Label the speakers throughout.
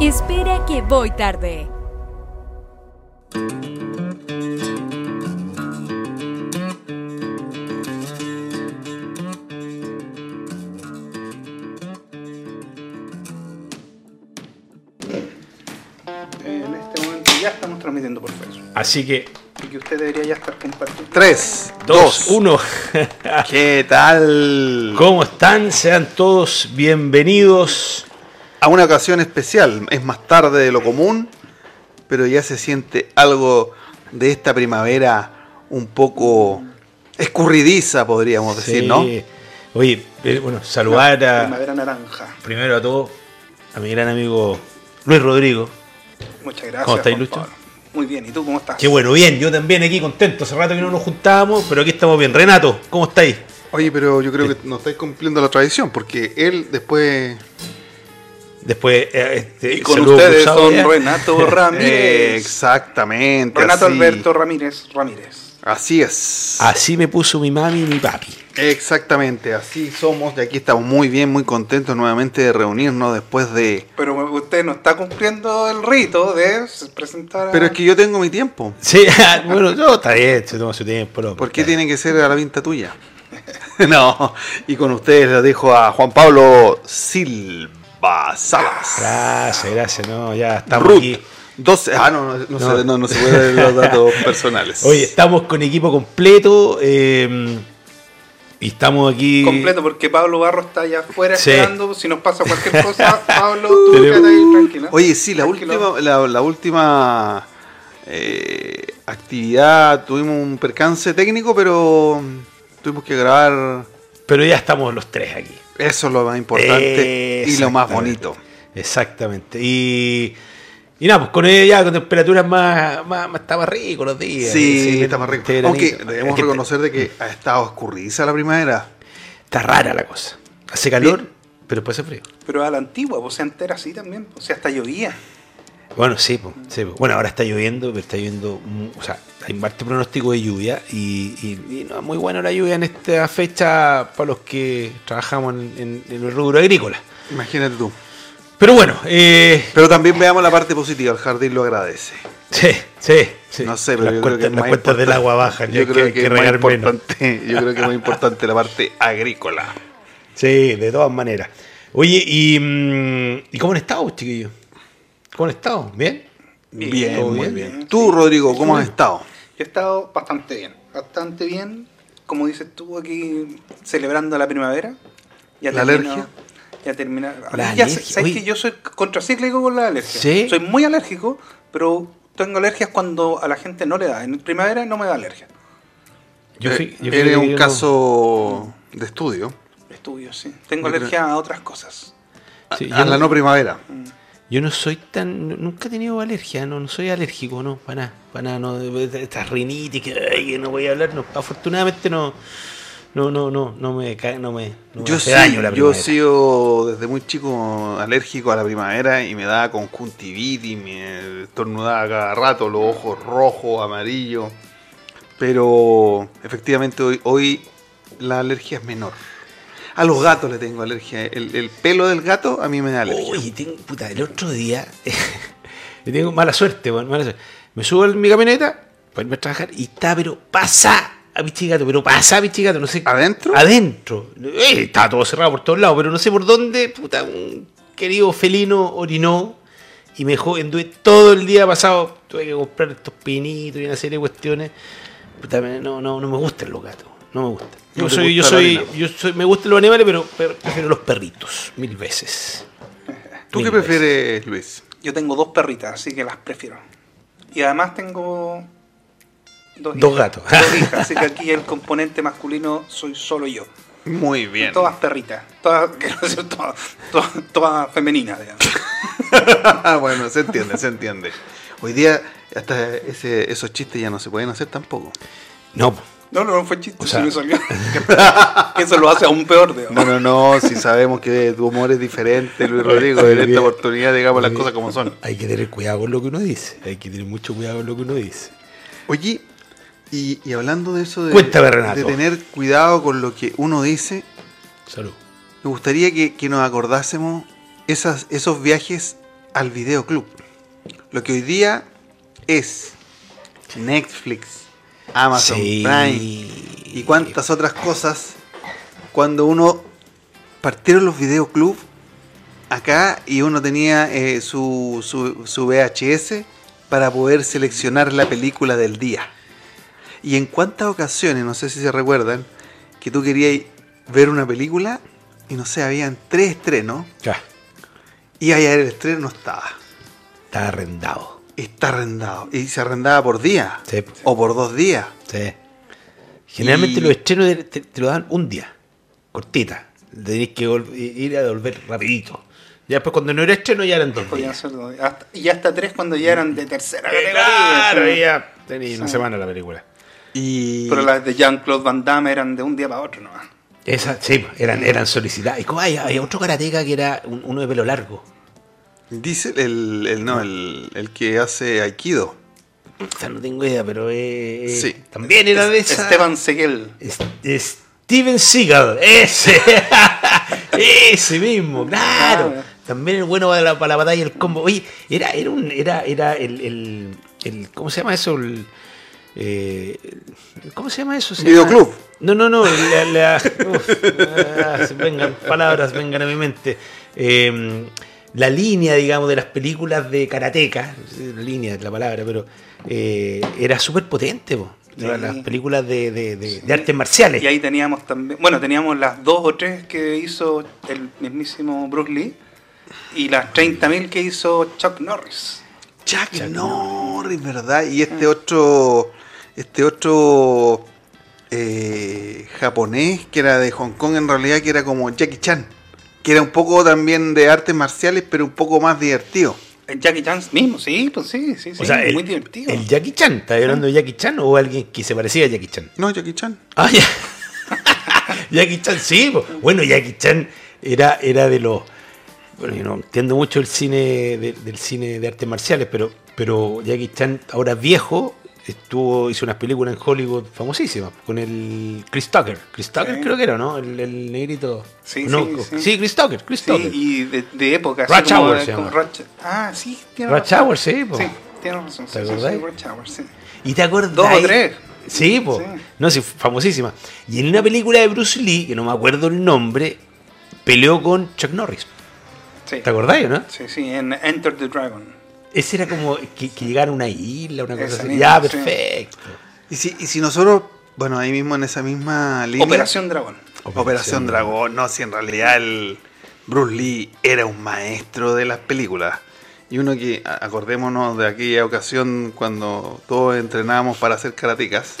Speaker 1: Espera que voy tarde.
Speaker 2: En este momento ya estamos transmitiendo por Facebook.
Speaker 3: Así que,
Speaker 2: Y que usted debería ya estar compartiendo.
Speaker 4: 3,
Speaker 3: 2,
Speaker 4: 2, 1.
Speaker 3: 1.
Speaker 4: ¿Qué tal?
Speaker 3: ¿Cómo están? Sean todos bienvenidos.
Speaker 4: A una ocasión especial. Es más tarde de lo común, pero ya se siente algo de esta primavera un poco escurridiza, podríamos decir,
Speaker 3: Sí.
Speaker 4: ¿no?
Speaker 3: Oye, eh, bueno, saludar a,
Speaker 2: Primavera naranja.
Speaker 3: primero a todos, a mi gran amigo Luis Rodrigo.
Speaker 2: Muchas gracias.
Speaker 3: ¿Cómo estáis,
Speaker 2: Juan
Speaker 3: Lucho?
Speaker 2: Pablo. Muy bien, ¿y tú cómo estás?
Speaker 3: Qué bueno, bien, yo también aquí contento. Hace rato que no nos juntábamos, pero aquí estamos bien. Renato, ¿cómo estáis?
Speaker 4: Oye, pero yo creo que no estáis cumpliendo la tradición, porque él después...
Speaker 3: Después, eh, este,
Speaker 2: Y con
Speaker 3: saludo
Speaker 2: ustedes
Speaker 3: cruzado.
Speaker 2: son Renato Ramírez.
Speaker 4: Exactamente.
Speaker 2: Renato
Speaker 4: así.
Speaker 2: Alberto Ramírez Ramírez.
Speaker 4: Así es.
Speaker 3: Así me puso mi mami y mi papi.
Speaker 4: Exactamente, así somos. Y aquí estamos muy bien, muy contentos nuevamente de reunirnos después de...
Speaker 2: Pero usted no está cumpliendo el rito de presentar a...
Speaker 4: Pero es que yo tengo mi tiempo.
Speaker 3: Sí, bueno, no, está bien, se toma su tiempo. loco,
Speaker 4: ¿Por qué
Speaker 3: está bien.
Speaker 4: tiene que ser a la pinta tuya? no, y con ustedes lo dejo a Juan Pablo Silva Salas.
Speaker 3: Gracias, gracias, no, ya estamos
Speaker 4: Ruth.
Speaker 3: aquí.
Speaker 4: 12. Ah, no, no,
Speaker 3: No.
Speaker 4: no, Se, no, no se puede ver los datos personales.
Speaker 3: Oye, estamos con equipo completo eh, y estamos aquí.
Speaker 2: Completo, porque Pablo Barro está allá afuera
Speaker 3: Sí.
Speaker 2: esperando. Si nos pasa cualquier cosa, Pablo, tú
Speaker 3: Tenemos-
Speaker 2: quédate ahí tranquila.
Speaker 4: Oye, sí, la
Speaker 2: Tranquilo.
Speaker 4: última, la, la última eh, actividad tuvimos un percance técnico, pero tuvimos que grabar.
Speaker 3: Pero ya estamos los tres aquí.
Speaker 4: Eso es lo más importante y lo más
Speaker 3: Exactamente.
Speaker 4: bonito.
Speaker 3: Exactamente. Y, y nada, pues con ella, con temperaturas más, más, más estaba rico los días.
Speaker 4: Sí,
Speaker 3: Ese-
Speaker 4: está más rico.
Speaker 3: este veranito.
Speaker 4: Aunque debemos
Speaker 3: Es que
Speaker 4: reconocer de que ha estado escurridiza la primavera.
Speaker 3: Está rara la cosa. Hace calor, pero después hace frío.
Speaker 2: Pero a la antigua, pues se entera así también. O sea, hasta llovía.
Speaker 3: Bueno, sí, po, sí, po. bueno, ahora está lloviendo, pero está lloviendo, mm, o sea, hay parte pronóstico de lluvia y, y- y no es muy buena la lluvia en esta fecha para los que trabajamos en, en- en el rubro agrícola.
Speaker 4: Imagínate tú.
Speaker 3: Pero bueno, eh,
Speaker 4: Pero también veamos la parte positiva, el jardín lo agradece.
Speaker 3: sí, sí, sí.
Speaker 4: No sé, pero
Speaker 3: las
Speaker 4: yo creo
Speaker 3: cuentas,
Speaker 4: que es
Speaker 3: las
Speaker 4: más
Speaker 3: cuentas del
Speaker 4: importante-
Speaker 3: agua bajan,
Speaker 4: Yo creo que, es más
Speaker 3: regar menos.
Speaker 4: importante, yo creo que es más importante la parte agrícola.
Speaker 3: Sí, de todas maneras. Oye, ¿y, mm, ¿y cómo han estado, chiquillos? ¿Cómo han estado? ¿Bien?
Speaker 2: Bien,
Speaker 3: ¿todo
Speaker 4: muy
Speaker 3: bien?
Speaker 4: bien. Tú, Rodrigo, ¿cómo has estado?
Speaker 2: Yo he estado bastante bien, bastante bien. Como dices tú, aquí celebrando la primavera. Ya
Speaker 4: ¿La
Speaker 2: termino-
Speaker 4: alergia?
Speaker 2: Ya termina.
Speaker 3: La
Speaker 2: ya
Speaker 3: alergia,
Speaker 2: sé- sabes
Speaker 3: oye.
Speaker 2: que yo soy contracíclico con la alergia.
Speaker 3: ¿Sí?
Speaker 2: Soy muy alérgico, pero tengo alergias cuando a la gente no le da. En primavera no me da alergia.
Speaker 3: Yo fui-
Speaker 4: Eh,
Speaker 3: yo fui-
Speaker 4: Eres
Speaker 3: yo
Speaker 4: un
Speaker 3: no-
Speaker 4: caso de estudio
Speaker 2: Estudio, sí. Tengo
Speaker 4: Yo creo-
Speaker 2: alergia a otras cosas.
Speaker 3: Sí, yo
Speaker 4: a Ah, la
Speaker 3: no-
Speaker 4: no primavera.
Speaker 3: Yo no soy tan. nu- Nunca he tenido alergia, no, no soy alérgico, no, para nada. Para nada, no, de- de- estas rinitis que, ay, que no voy a hablar, no. Afortunadamente no. No, no, no, no me cae, no me. no me
Speaker 4: Yo
Speaker 3: hace
Speaker 4: sí,
Speaker 3: daño la
Speaker 4: yo he
Speaker 3: primavera.
Speaker 4: sido desde muy chico alérgico a la primavera y me daba conjuntivitis, me estornudaba cada rato, los ojos rojos, amarillos. Pero efectivamente hoy, hoy la alergia es menor. A los gatos le tengo alergia. El, el pelo del gato a mí me da alergia.
Speaker 3: Oye, tengo, puta, el otro día. yo tengo mala suerte, bueno, mala suerte. Me subo en mi camioneta para irme a trabajar y está, pero pasa a Pichigato, pero pasa a Pichigato, no sé.
Speaker 4: ¿Adentro?
Speaker 3: Adentro. Eh, estaba todo cerrado por todos lados, pero no sé por dónde, puta, un querido felino orinó y me dejó, anduve todo el día pasado, tuve que comprar estos pinitos y una serie de cuestiones. Puta, me- no, no, no me gustan los gatos, no me gustan. Yo
Speaker 4: No te
Speaker 3: soy, yo
Speaker 4: gusta la
Speaker 3: soy,
Speaker 4: arena.
Speaker 3: yo soy, me gustan los animales, pero, pero prefiero los perritos, mil veces.
Speaker 4: ¿Tú qué
Speaker 3: Mil veces.
Speaker 4: prefieres, Luis?
Speaker 2: Yo tengo dos perritas, así que las prefiero. Y además tengo dos,
Speaker 3: Dos
Speaker 2: hijas.
Speaker 3: gatos.
Speaker 2: Dos hijas, así que aquí el componente masculino soy solo yo.
Speaker 4: Muy bien.
Speaker 2: Todas perritas. Todas, quiero decir, todas, todas, todas femeninas, digamos.
Speaker 4: bueno, se entiende, se entiende. Hoy día hasta ese- esos chistes ya no se pueden hacer tampoco.
Speaker 3: No, po.
Speaker 2: No, no, no fue chiste,
Speaker 3: O
Speaker 2: se
Speaker 3: sea-
Speaker 2: me salió. Eso lo hace aún peor, digamos.
Speaker 4: No, no, no, si sabemos que tu humor es diferente, Luis Rodrigo, en esta oportunidad digamos las cosas como son.
Speaker 3: hay que tener cuidado con lo que uno dice. Hay que tener mucho cuidado con lo que uno dice.
Speaker 4: Oye, y, y hablando de eso de,
Speaker 3: Cuéntame, Renato.
Speaker 4: de tener cuidado con lo que uno dice,
Speaker 3: Salud.
Speaker 4: me gustaría que, que nos acordásemos esas, esos viajes al videoclub. Lo que hoy día es Netflix, Amazon
Speaker 3: Sí.
Speaker 4: Prime y cuantas otras cosas. Cuando uno partieron los videoclub acá y uno tenía eh, su, su, su VHS para poder seleccionar la película del día. Y en cuántas ocasiones, no sé si se recuerdan, que tú querías ver una película y no sé, habían tres estrenos
Speaker 3: Ya,
Speaker 4: y allá el estreno no estaba.
Speaker 3: está arrendado.
Speaker 4: Está arrendado. Y se arrendaba por día.
Speaker 3: Sí.
Speaker 4: O por dos días.
Speaker 3: Sí. Generalmente
Speaker 4: Y-
Speaker 3: los estrenos de- te, te lo dan un día, cortita. Tenés que vol- ir a volver rapidito. Ya después cuando no era estreno ya eran dos
Speaker 2: Podían
Speaker 3: días.
Speaker 2: ser dos. Hasta- y hasta tres cuando ya eran de tercera categoría.
Speaker 3: Claro,
Speaker 2: pero-
Speaker 3: ya tenía una
Speaker 2: Sí.
Speaker 3: semana la película.
Speaker 4: Y
Speaker 2: Pero las de Jean-Claude Van Damme eran de un día para otro nomás.
Speaker 3: Esa, sí, eran, eran solicitadas. Y como hay, había otro karateca que era un- uno de pelo largo.
Speaker 4: dice el, el- no, el, el que hace Aikido.
Speaker 3: O sea, no tengo idea, pero eh, eh,
Speaker 4: Sí.
Speaker 3: también era de esa.
Speaker 2: Esteban Seguel.
Speaker 3: Es- es- Steven Seagal, ese. ese mismo, claro.
Speaker 2: Claro.
Speaker 3: También el bueno para la, para la batalla el combo. Oye, era, era un. Era, era el, el, el- ¿Cómo se llama eso? El, eh, el- ¿Cómo se llama eso? Se
Speaker 4: Videoclub.
Speaker 3: llama- No, no, no. la- la- uf, ah, se- vengan palabras, vengan a mi mente. Eh, la línea, digamos, de las películas de karateca, la línea es la palabra, pero eh, era súper potente, po. Era
Speaker 2: Sí.
Speaker 3: las películas de, de- de- de artes marciales.
Speaker 2: Y ahí teníamos también, bueno, teníamos las dos o tres que hizo el mismísimo Bruce Lee y las 30.000 que hizo Chuck Norris.
Speaker 4: Chuck, Norris, ¿verdad? Y este otro. Este otro. eh, japonés que era de Hong Kong en realidad que era como Jackie Chan que era un poco también de artes marciales pero un poco más divertido
Speaker 2: El Eh, Jackie Chan mismo, sí, pues sí, sí, sí,
Speaker 3: o sea, el,
Speaker 2: muy divertido. Ah.
Speaker 3: el Jackie Chan, ¿estás hablando de Jackie Chan o alguien que se parecía a Jackie Chan?
Speaker 4: no Jackie Chan
Speaker 3: Ah, ya. Jackie Chan, sí. po. Bueno, Jackie Chan era, era de los. Bueno, yo no entiendo mucho el cine de- del cine de artes marciales, pero, pero Jackie Chan, ahora viejo, estuvo, hizo unas películas en Hollywood famosísimas con el Chris Tucker. Chris Tucker
Speaker 2: Sí.
Speaker 3: creo que era, ¿no? El, el negrito.
Speaker 2: Sí,
Speaker 3: No,
Speaker 2: sí,
Speaker 3: co-
Speaker 2: sí.
Speaker 3: Chris Tucker. Chris
Speaker 2: sí,
Speaker 3: Tucker.
Speaker 2: y de, de época. así
Speaker 3: Rush
Speaker 2: como-
Speaker 3: Hour se
Speaker 2: como
Speaker 3: llama.
Speaker 2: Rush- ah, sí, tiene
Speaker 3: Rush
Speaker 2: razón.
Speaker 3: Hour, sí, po.
Speaker 2: Sí, tiene razón. sí,
Speaker 3: ¿Te
Speaker 2: sí, sí,
Speaker 3: acordáis?
Speaker 2: Rush Hour, sí.
Speaker 3: ¿Y te acordás?
Speaker 2: Dos o tres.
Speaker 3: Sí, po.
Speaker 2: Sí.
Speaker 3: No, sí, famosísima. Y en una película de Bruce Lee, que no me acuerdo el nombre, peleó con Chuck Norris.
Speaker 2: Sí.
Speaker 3: ¿Te acordáis, no?
Speaker 2: Sí, sí, en Enter the Dragon.
Speaker 3: Ese era como que, que llegara a una isla, una cosa
Speaker 2: Esa
Speaker 3: así.
Speaker 2: misma,
Speaker 3: ya,
Speaker 2: sí.
Speaker 3: perfecto.
Speaker 4: y si, y si nosotros bueno ahí mismo en esa misma línea
Speaker 2: Operación Dragón.
Speaker 4: Operación, Dragón, no, si en realidad el Bruce Lee era un maestro de las películas. Y uno que, a- acordémonos de aquella ocasión cuando todos entrenábamos para hacer karatecas,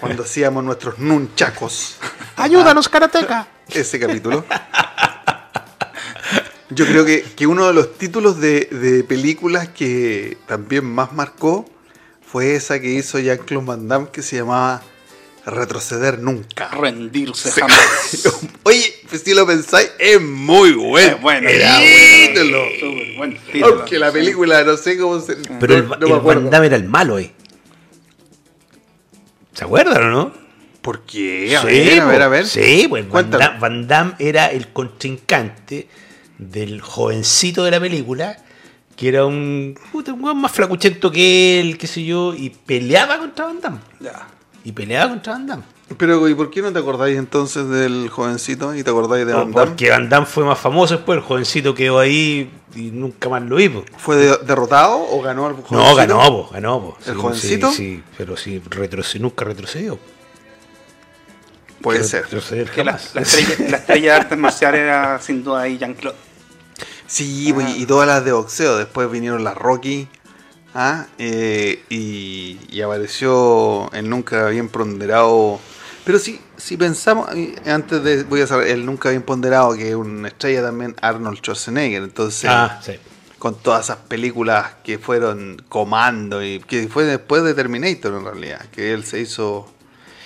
Speaker 4: cuando hacíamos nuestros nunchacos,
Speaker 3: Ayúdanos, karateca.
Speaker 4: ese capítulo. Yo creo que, que uno de los títulos de, de películas que también más marcó fue esa que hizo Jean-Claude Van Damme que se llamaba Retroceder Nunca.
Speaker 2: Rendirse jamás.
Speaker 4: Oye, pues si lo pensáis, es muy Eh, bueno.
Speaker 2: Es Eh, bueno,
Speaker 4: Era
Speaker 2: título.
Speaker 4: bueno.
Speaker 2: Súper buen título.
Speaker 4: Aunque la
Speaker 2: Sí.
Speaker 4: película, no sé cómo se.
Speaker 3: Pero
Speaker 4: no,
Speaker 3: el,
Speaker 4: no
Speaker 3: el Van Damme era el malo, eh. ¿Se acuerdan o no?
Speaker 4: ¿Por qué? A ver, a
Speaker 3: po.
Speaker 4: ver, a ver.
Speaker 3: Sí, pues Van
Speaker 4: Cuéntame.
Speaker 3: Damme, Van Damme era el contrincante del jovencito de la película, que era un, puta, un weón más flacuchento que él, qué sé yo, y peleaba contra Van Damme.
Speaker 2: Ya.
Speaker 3: Y peleaba contra Van Damme.
Speaker 4: Pero, ¿y por qué no te acordáis entonces del jovencito y te acordáis de Van Damme?
Speaker 3: Porque Van Damme fue más famoso después, el jovencito quedó ahí y nunca más lo vi. po.
Speaker 4: ¿Fue de- derrotado o ganó al jovencito?
Speaker 3: No, ganó, po, ganó. po.
Speaker 4: ¿El jovencito?
Speaker 3: Sí, sí, pero sí, retrocedió, nunca retrocedió.
Speaker 4: Puede ser.
Speaker 3: Retroceder
Speaker 2: Que la,
Speaker 3: jamás.
Speaker 2: la estrella, la estrella de artes marciales era sin duda ahí Jean-Claude.
Speaker 3: Ah.
Speaker 4: Sí, pues, y todas las de boxeo. Después vinieron las Rocky. ¿ah? Eh, y, y apareció el nunca bien ponderado. Pero sí, si pensamos, eh, antes de, voy a saber, el nunca bien ponderado, que es una estrella también, Arnold Schwarzenegger. Entonces,
Speaker 3: Ah, sí.
Speaker 4: con todas esas películas que fueron Comando y que fue después de Terminator en realidad, que él se hizo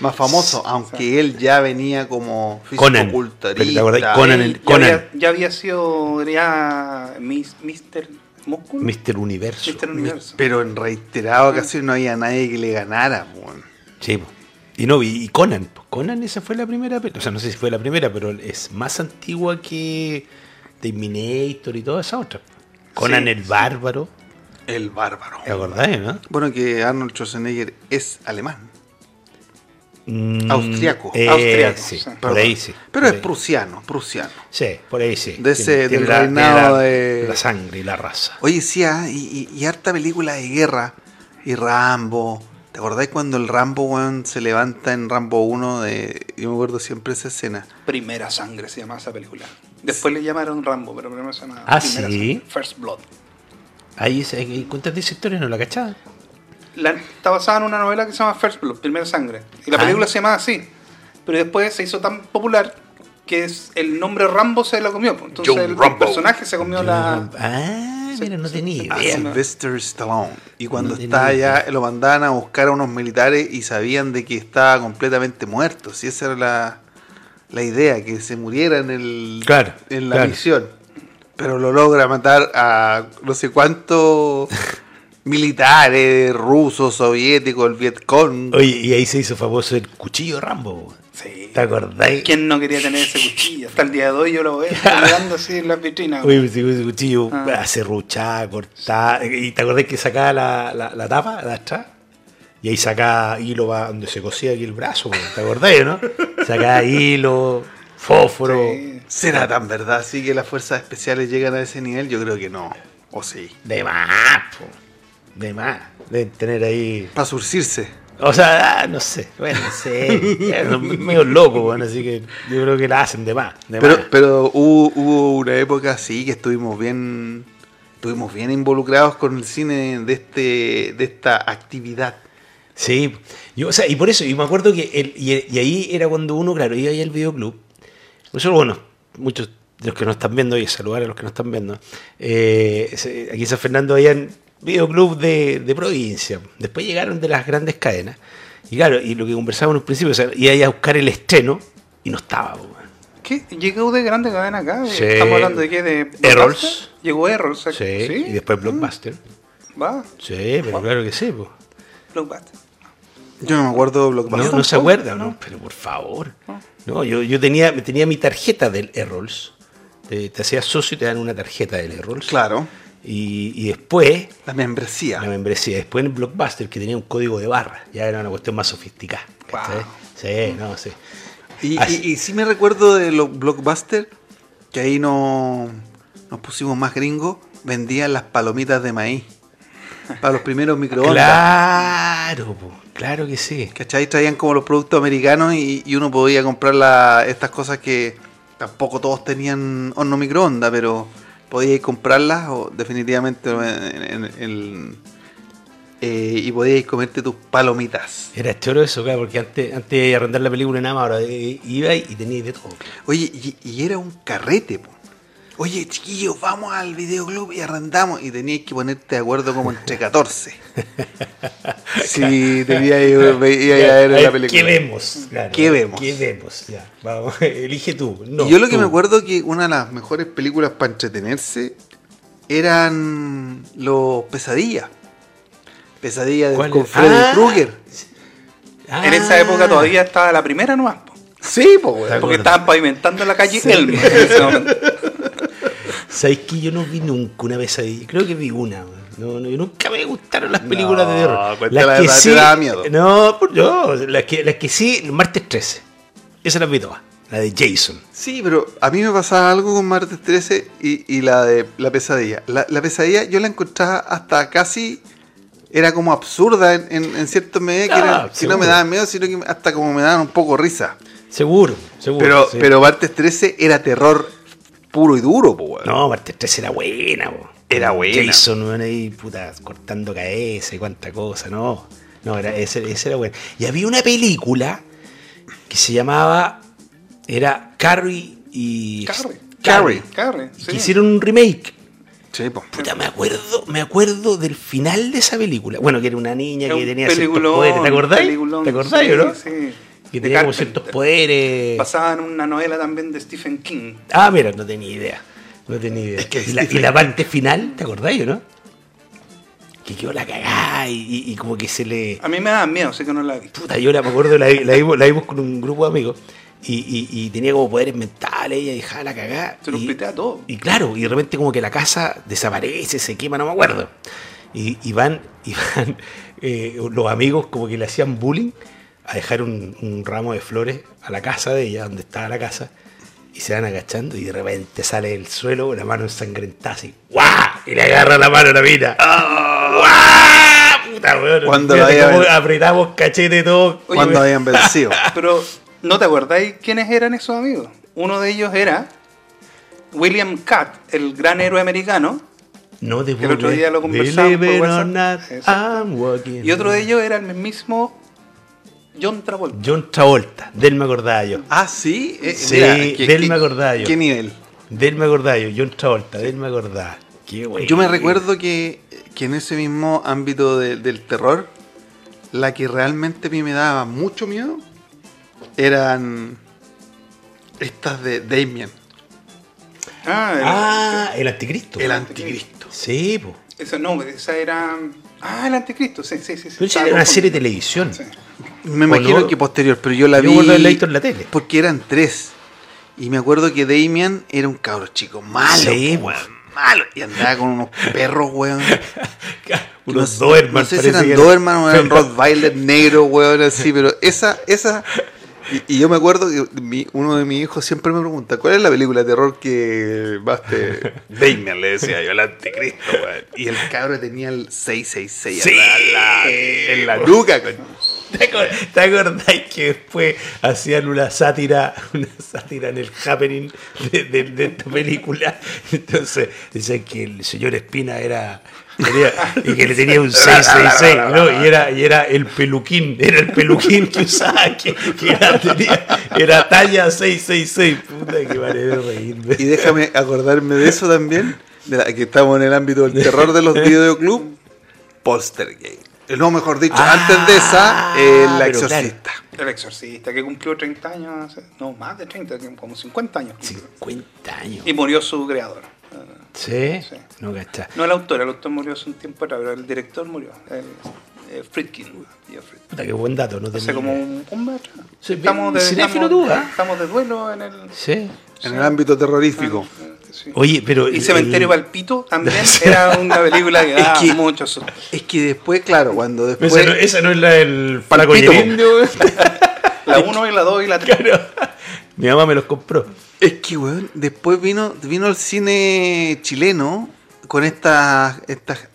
Speaker 4: más famoso, aunque él ya venía como
Speaker 3: Conan. ¿Te acordás?
Speaker 4: físico-culturista.
Speaker 3: Conan, el-
Speaker 2: Ya
Speaker 3: Conan.
Speaker 2: había- Ya había sido ya mis- Mr. Músculo.
Speaker 3: Mr. Universo.
Speaker 2: Mr. Universo.
Speaker 4: Pero en reiterado casi no había nadie que le ganara. weón.
Speaker 3: Sí, po. y no, y y Conan. po. Conan esa fue la primera, pe- o sea, no sé si fue la primera, pero es más antigua que Terminator y todas esas otras. Conan
Speaker 2: Sí,
Speaker 3: el Bárbaro.
Speaker 4: El bárbaro.
Speaker 3: ¿Te acordáis, no?
Speaker 4: Bueno, que Arnold Schwarzenegger es alemán.
Speaker 3: Mm,
Speaker 4: Austriaco.
Speaker 3: eh,
Speaker 2: Austriaco,
Speaker 3: sí,
Speaker 2: sí.
Speaker 3: por ahí sí. por
Speaker 4: Pero es
Speaker 3: ahí.
Speaker 4: prusiano, prusiano.
Speaker 3: Sí, por ahí sí.
Speaker 4: De ese- del
Speaker 3: la-
Speaker 4: reinado
Speaker 3: la-
Speaker 4: de-
Speaker 3: La sangre y la raza.
Speaker 4: Oye, sí, ah, y, y- y harta película de guerra. Y Rambo. ¿Te acordáis cuando el Rambo weón, se levanta en Rambo 1? De, yo me acuerdo siempre esa escena.
Speaker 2: Primera Sangre se llama esa película. Después le llamaron Rambo, pero primero se llama
Speaker 3: Ah,
Speaker 2: Primera
Speaker 3: ¿sí?
Speaker 2: Sangre, First Blood.
Speaker 3: Ahí se- ahí- cuéntate esa historia, no la cachaba.
Speaker 2: La- está basada en una novela que se llama First Blood, Primera Sangre. Y la
Speaker 3: Ah.
Speaker 2: película se llama así. Pero después se hizo tan popular que es, el nombre Rambo se lo comió. pues. Entonces
Speaker 4: John
Speaker 2: el, el
Speaker 4: Rambo.
Speaker 2: personaje se comió la...
Speaker 3: Ah,
Speaker 2: Sí,
Speaker 3: mira, no
Speaker 2: sí,
Speaker 3: tenía
Speaker 2: sí.
Speaker 4: A
Speaker 3: idea.
Speaker 2: Ah, no.
Speaker 4: Sylvester Stallone. Y cuando
Speaker 3: No tenía
Speaker 4: estaba allá,
Speaker 3: idea.
Speaker 4: lo mandaban a buscar a unos militares y sabían de que estaba completamente muerto. Si esa era la, la idea, que se muriera en, el,
Speaker 3: Claro,
Speaker 4: en la
Speaker 3: claro.
Speaker 4: misión. Pero lo logra matar a no sé cuántos militares, rusos, soviéticos, el Vietcong.
Speaker 3: Oye, y ahí se hizo famoso el cuchillo Rambo.
Speaker 2: Sí.
Speaker 3: ¿Te acordáis?
Speaker 2: ¿Quién no quería tener ese cuchillo? Hasta el día de hoy yo lo veo mirando así en las vitrinas.
Speaker 3: Oye, pues, ese cuchillo
Speaker 2: Ah.
Speaker 3: acerruchaba, cortaba. ¿Y te acordás que sacaba la, la, la tapa de atrás? Y ahí sacaba hilo pa- donde se cosía aquí el brazo, po, ¿te acordás, no? Sacaba hilo, fósforo.
Speaker 2: Sí.
Speaker 4: ¿Será tan verdad así que las fuerzas especiales llegan a ese nivel? Yo creo que no. O sí.
Speaker 3: De más, po. De más. Deben tener ahí.
Speaker 4: Para surcirse.
Speaker 3: O sea, ah, no sé. Bueno, no sé. Son medio locos, bueno, así que yo creo que la hacen de más. de
Speaker 4: Pero,
Speaker 3: más.
Speaker 4: pero hubo, hubo una época así que estuvimos bien estuvimos bien involucrados con el cine de este de esta actividad.
Speaker 3: Sí, yo, o sea, y por eso, y me acuerdo que el- y, y ahí era cuando uno, claro, iba ahí al videoclub. Nosotros, bueno, muchos de los que nos están viendo, y saludar a los que nos están viendo, eh, se- aquí en San Fernando había un videoclub de, de provincia, después llegaron de las grandes cadenas, y claro, y lo que conversábamos en un principio, o sea, iba ahí a buscar el estreno, y no estaba, po, weón.
Speaker 2: ¿Qué? ¿Llegó de grande cadena acá?
Speaker 3: Sí.
Speaker 2: ¿Estamos hablando de qué? ¿De
Speaker 3: Errols.
Speaker 2: Blockbuster? Llegó Errols.
Speaker 3: sí, y después Blockbuster.
Speaker 2: Va,
Speaker 3: Sí, pero claro que sí, po.
Speaker 2: Blockbuster.
Speaker 4: Yo no me acuerdo de
Speaker 3: No,
Speaker 4: Blockbuster.
Speaker 3: no se acuerda, no, pero por favor.
Speaker 4: Ah.
Speaker 3: No, yo, yo tenía, tenía mi tarjeta del Errols. Te, te hacías socio y te dan una tarjeta del Errols.
Speaker 4: Claro,
Speaker 3: Y, y después,
Speaker 4: la membresía.
Speaker 3: la membresía, después en Blockbuster, que tenía un código de barra. Ya era una cuestión más sofisticada. ¿cachai? Sí, no, sí.
Speaker 4: Y,
Speaker 3: Ah,
Speaker 4: y, y sí me recuerdo de los Blockbuster, que ahí no, nos pusimos más gringos, vendían las palomitas de maíz para los primeros microondas.
Speaker 3: Claro, po, claro que sí.
Speaker 4: ¿Cachai? Traían como los productos americanos y, y uno podía comprar la- estas cosas que tampoco todos tenían horno microondas, pero podía ir comprarlas o definitivamente en- en- en- eh, y podías comerte tus palomitas.
Speaker 3: Era choro eso, claro, porque antes, antes de arrendar la película nada más, ahora eh, iba y tenía de todo.
Speaker 4: Oye, y, y era un carrete, po. Oye, chiquillos, vamos al videoclub y arrendamos. Y tenías que ponerte de acuerdo como entre 14. sí, tenías que ir a
Speaker 3: Ya, a
Speaker 4: ver la
Speaker 3: ver,
Speaker 4: película.
Speaker 3: ¿Qué vemos? Claro,
Speaker 4: ¿Qué vemos?
Speaker 3: ¿Qué vemos? Ya, vamos, elige tú. No,
Speaker 4: y yo lo que
Speaker 3: tú.
Speaker 4: me acuerdo que una de las mejores películas para entretenerse eran los pesadillas. Pesadillas de-
Speaker 3: ¿Cuál
Speaker 4: con
Speaker 3: es?
Speaker 4: Freddy
Speaker 3: Ah.
Speaker 4: Krueger.
Speaker 3: Ah.
Speaker 2: En esa época todavía estaba la primera nomás, po.
Speaker 4: Sí, po,
Speaker 3: Claro.
Speaker 4: weón.
Speaker 2: porque
Speaker 3: acuerdo.
Speaker 2: estaban pavimentando la calle Elm en ese momento.
Speaker 3: ¿Sabes que yo no vi nunca una pesadilla? Creo que vi una. weón. No, no, yo nunca me gustaron las películas
Speaker 4: No,
Speaker 3: de terror.
Speaker 4: cuéntala de verdad, te daba miedo.
Speaker 3: No, por- no, las que, las que sí, el martes 13. Esas las vi todas. La de Jason.
Speaker 4: Sí, pero a mí me pasaba algo con Martes 13 y, y la de la pesadilla. La, la pesadilla yo la encontraba hasta casi. Era como absurda en, en, en cierta medida, que,
Speaker 3: Ah,
Speaker 4: era- que no
Speaker 3: seguro.
Speaker 4: me daba miedo, sino que hasta como me daban un poco risa.
Speaker 3: Seguro, seguro.
Speaker 4: Pero,
Speaker 3: sí.
Speaker 4: pero Martes 13 era terror puro y duro, po, weón.
Speaker 3: No, martes 13 era buena, bo.
Speaker 4: Era buena.
Speaker 3: Jason, weón, ahí, puta, cortando cabeza y cuánta cosa, no. No, era, ese, ese era bueno. Y había una película que se llamaba. Era Carrie y.
Speaker 2: Carrie.
Speaker 3: Carrie.
Speaker 2: Carrie,
Speaker 3: Y
Speaker 2: sí.
Speaker 3: que hicieron un remake.
Speaker 4: Sí, po.
Speaker 3: Puta, me acuerdo, me acuerdo del final de esa película. Bueno, que era una niña
Speaker 2: Era
Speaker 3: que
Speaker 2: un
Speaker 3: tenía ciertos
Speaker 2: peliculón,
Speaker 3: poderes, ¿te acordás?
Speaker 2: peliculón,
Speaker 3: ¿Te acordás,
Speaker 2: sí,
Speaker 3: no?
Speaker 2: sí. De
Speaker 3: Que tenía como
Speaker 2: Carpenter.
Speaker 3: ciertos poderes.
Speaker 2: Pasaba en una novela también de Stephen King.
Speaker 3: Ah, mira, no tenía idea. No tenía idea.
Speaker 4: que
Speaker 3: y, la, y la parte final, ¿te acordáis, o no? Que quedó la cagada y, y- y como que se le.
Speaker 2: A mí me daba miedo, sé que no la vi.
Speaker 3: Puta, yo la me acuerdo, la, vi- la vimos, la vimos con un grupo de amigos. Y, y- y tenía como poderes mentales, ella dejaba la cagada.
Speaker 2: Se nos
Speaker 3: y-
Speaker 2: pitea todo.
Speaker 3: y claro, y de repente como que la casa desaparece, se quema, no me acuerdo. Y, y van, y van eh, los amigos como que le hacían bullying a dejar un, un ramo de flores a la casa de ella, donde estaba la casa, y se van agachando y de repente sale del suelo una mano ensangrentada así, ¡guau! Y le agarra la mano a la mina.
Speaker 2: Ah.
Speaker 3: ¡Guau! Puta, weón.
Speaker 4: Cuando
Speaker 3: Fíjate
Speaker 4: la
Speaker 3: cómo
Speaker 4: había-
Speaker 3: apretamos cachete todo.
Speaker 2: Oye,
Speaker 4: cuando
Speaker 2: me-
Speaker 4: habían vencido.
Speaker 2: Pero, ¿no te acordáis quiénes eran esos amigos? Uno de ellos era William Catt, el gran héroe americano,
Speaker 3: No te
Speaker 2: otro
Speaker 3: puedo creer.
Speaker 2: día lo conversamos por
Speaker 3: Believe it or
Speaker 2: WhatsApp.
Speaker 3: not,
Speaker 2: Exacto.
Speaker 3: I'm walking.
Speaker 2: y otro de ellos era el mismo John Travolta.
Speaker 3: John Travolta, del me acordaba yo.
Speaker 4: Ah, sí. Eh,
Speaker 3: Sí, de él me acordaba yo.
Speaker 4: ¿Qué nivel?
Speaker 3: Del me acordaba yo, John Travolta, del me acordaba. Qué güey.
Speaker 4: Yo me recuerdo que, que en ese mismo ámbito de- del terror, la que realmente a mí me daba mucho miedo eran estas de Damien,
Speaker 2: Ah, el-
Speaker 3: Ah, el anticristo.
Speaker 4: el anticristo.
Speaker 3: Sí, po.
Speaker 2: esa, no, esa era. Ah, el anticristo, sí, sí, sí. sí,
Speaker 3: Pero esa
Speaker 2: estaba
Speaker 3: era una
Speaker 2: confundido.
Speaker 3: serie de televisión.
Speaker 2: Sí.
Speaker 4: Me
Speaker 3: Bueno,
Speaker 4: imagino que posterior, pero yo la
Speaker 3: yo
Speaker 4: vi.
Speaker 3: recuerdo haberla visto en la tele.
Speaker 4: Porque eran tres. Y me acuerdo que Damien era un cabro chico malo.
Speaker 3: Sí,
Speaker 4: po,
Speaker 3: weón.
Speaker 4: weón, Malo. Y andaba con unos perros, weón.
Speaker 3: Unos
Speaker 4: no,
Speaker 3: Doberman.
Speaker 4: No sé si
Speaker 3: parece
Speaker 4: eran
Speaker 3: que
Speaker 4: Doberman o eran Rottweiler negro, weón, así, pero esa, esa. Y, y yo me acuerdo que mi- uno de mis hijos siempre me pregunta, ¿cuál es la película de terror que más te... Damien le decía yo, el anticristo, weón. Y el cabro tenía el 666
Speaker 3: Sí.
Speaker 4: en, la, en la nuca, coño.
Speaker 3: ¿Te acor- te acordáis que después hacían una sátira, una sátira en el happening de, de- de esta película? Entonces decían que el señor Espina era. tenía- y que le tenía un 666, ¿no? Y era, y era el peluquín, era el peluquín que usaba, que, que era, tenía- era talla 666. Puta, que vale de reírme.
Speaker 4: Y déjame acordarme de eso también, de la que estamos en el ámbito del terror de los videoclub, Polstergate. No, mejor dicho,
Speaker 3: Ah,
Speaker 4: antes de esa, eh, La
Speaker 3: pero claro.
Speaker 4: Exorcista.
Speaker 2: El exorcista que cumplió 30 años, hace- no, más de 30, como 50 años. cumplió.
Speaker 3: 50 años.
Speaker 2: Y murió su creador.
Speaker 3: ¿Sí?
Speaker 2: Sí.
Speaker 3: No cachá.
Speaker 2: No el autor, el autor murió hace un tiempo atrás, pero el director murió, el, eh, Friedkin. Leo Friedkin.
Speaker 3: Puta, qué buen dato, no
Speaker 2: Hace
Speaker 3: tenía
Speaker 2: como
Speaker 3: idea.
Speaker 2: un, un mes atrás.
Speaker 3: Sí, bien cinéfilo
Speaker 2: estamos,
Speaker 3: tú, ¿eh?
Speaker 2: estamos de duelo en el. eh,
Speaker 3: Sí.
Speaker 4: En el ámbito terrorífico.
Speaker 2: sí.
Speaker 3: Oye, pero.
Speaker 2: y
Speaker 3: el-
Speaker 2: Cementerio
Speaker 3: el-
Speaker 2: Palpito también era una película que
Speaker 4: Es
Speaker 2: daba
Speaker 4: que-
Speaker 2: mucho susto.
Speaker 4: Es que después, claro, cuando después.
Speaker 3: Esa no, esa no es la del
Speaker 4: Palpito.
Speaker 3: Paracoyerín, weón.
Speaker 2: La 1 y la 2 y la 3.
Speaker 3: Claro. Mi mamá me los compró.
Speaker 4: Es que, weón, después vino, vino el cine chileno con estas. estas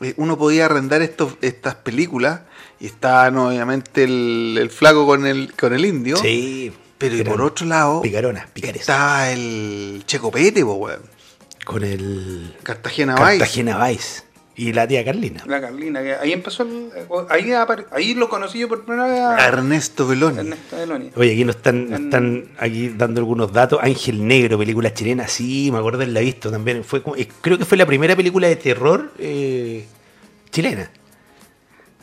Speaker 4: eh, uno podía arrendar estos, estas películas y estaban obviamente el, el flaco con el, con el indio.
Speaker 3: Sí.
Speaker 4: Pero y
Speaker 3: Eran
Speaker 4: por otro lado.
Speaker 3: Picaronas, picares.
Speaker 4: Estaba el Checopete, po, weón.
Speaker 3: Con el.
Speaker 4: Cartagena Vice.
Speaker 3: Cartagena Vice. Y la tía Carlina.
Speaker 2: La Carlina, que ahí empezó el. Ahí, apare- ahí lo conocí yo por primera vez
Speaker 4: A
Speaker 2: a
Speaker 4: Ernesto Beloni.
Speaker 2: Ernesto Deloni.
Speaker 3: Oye, aquí nos
Speaker 4: Mm.
Speaker 3: están, nos están aquí dando algunos datos. Ángel Negro, película chilena, sí, me acuerdo la visto también. Fue como- eh, creo que fue la primera película de terror eh, chilena.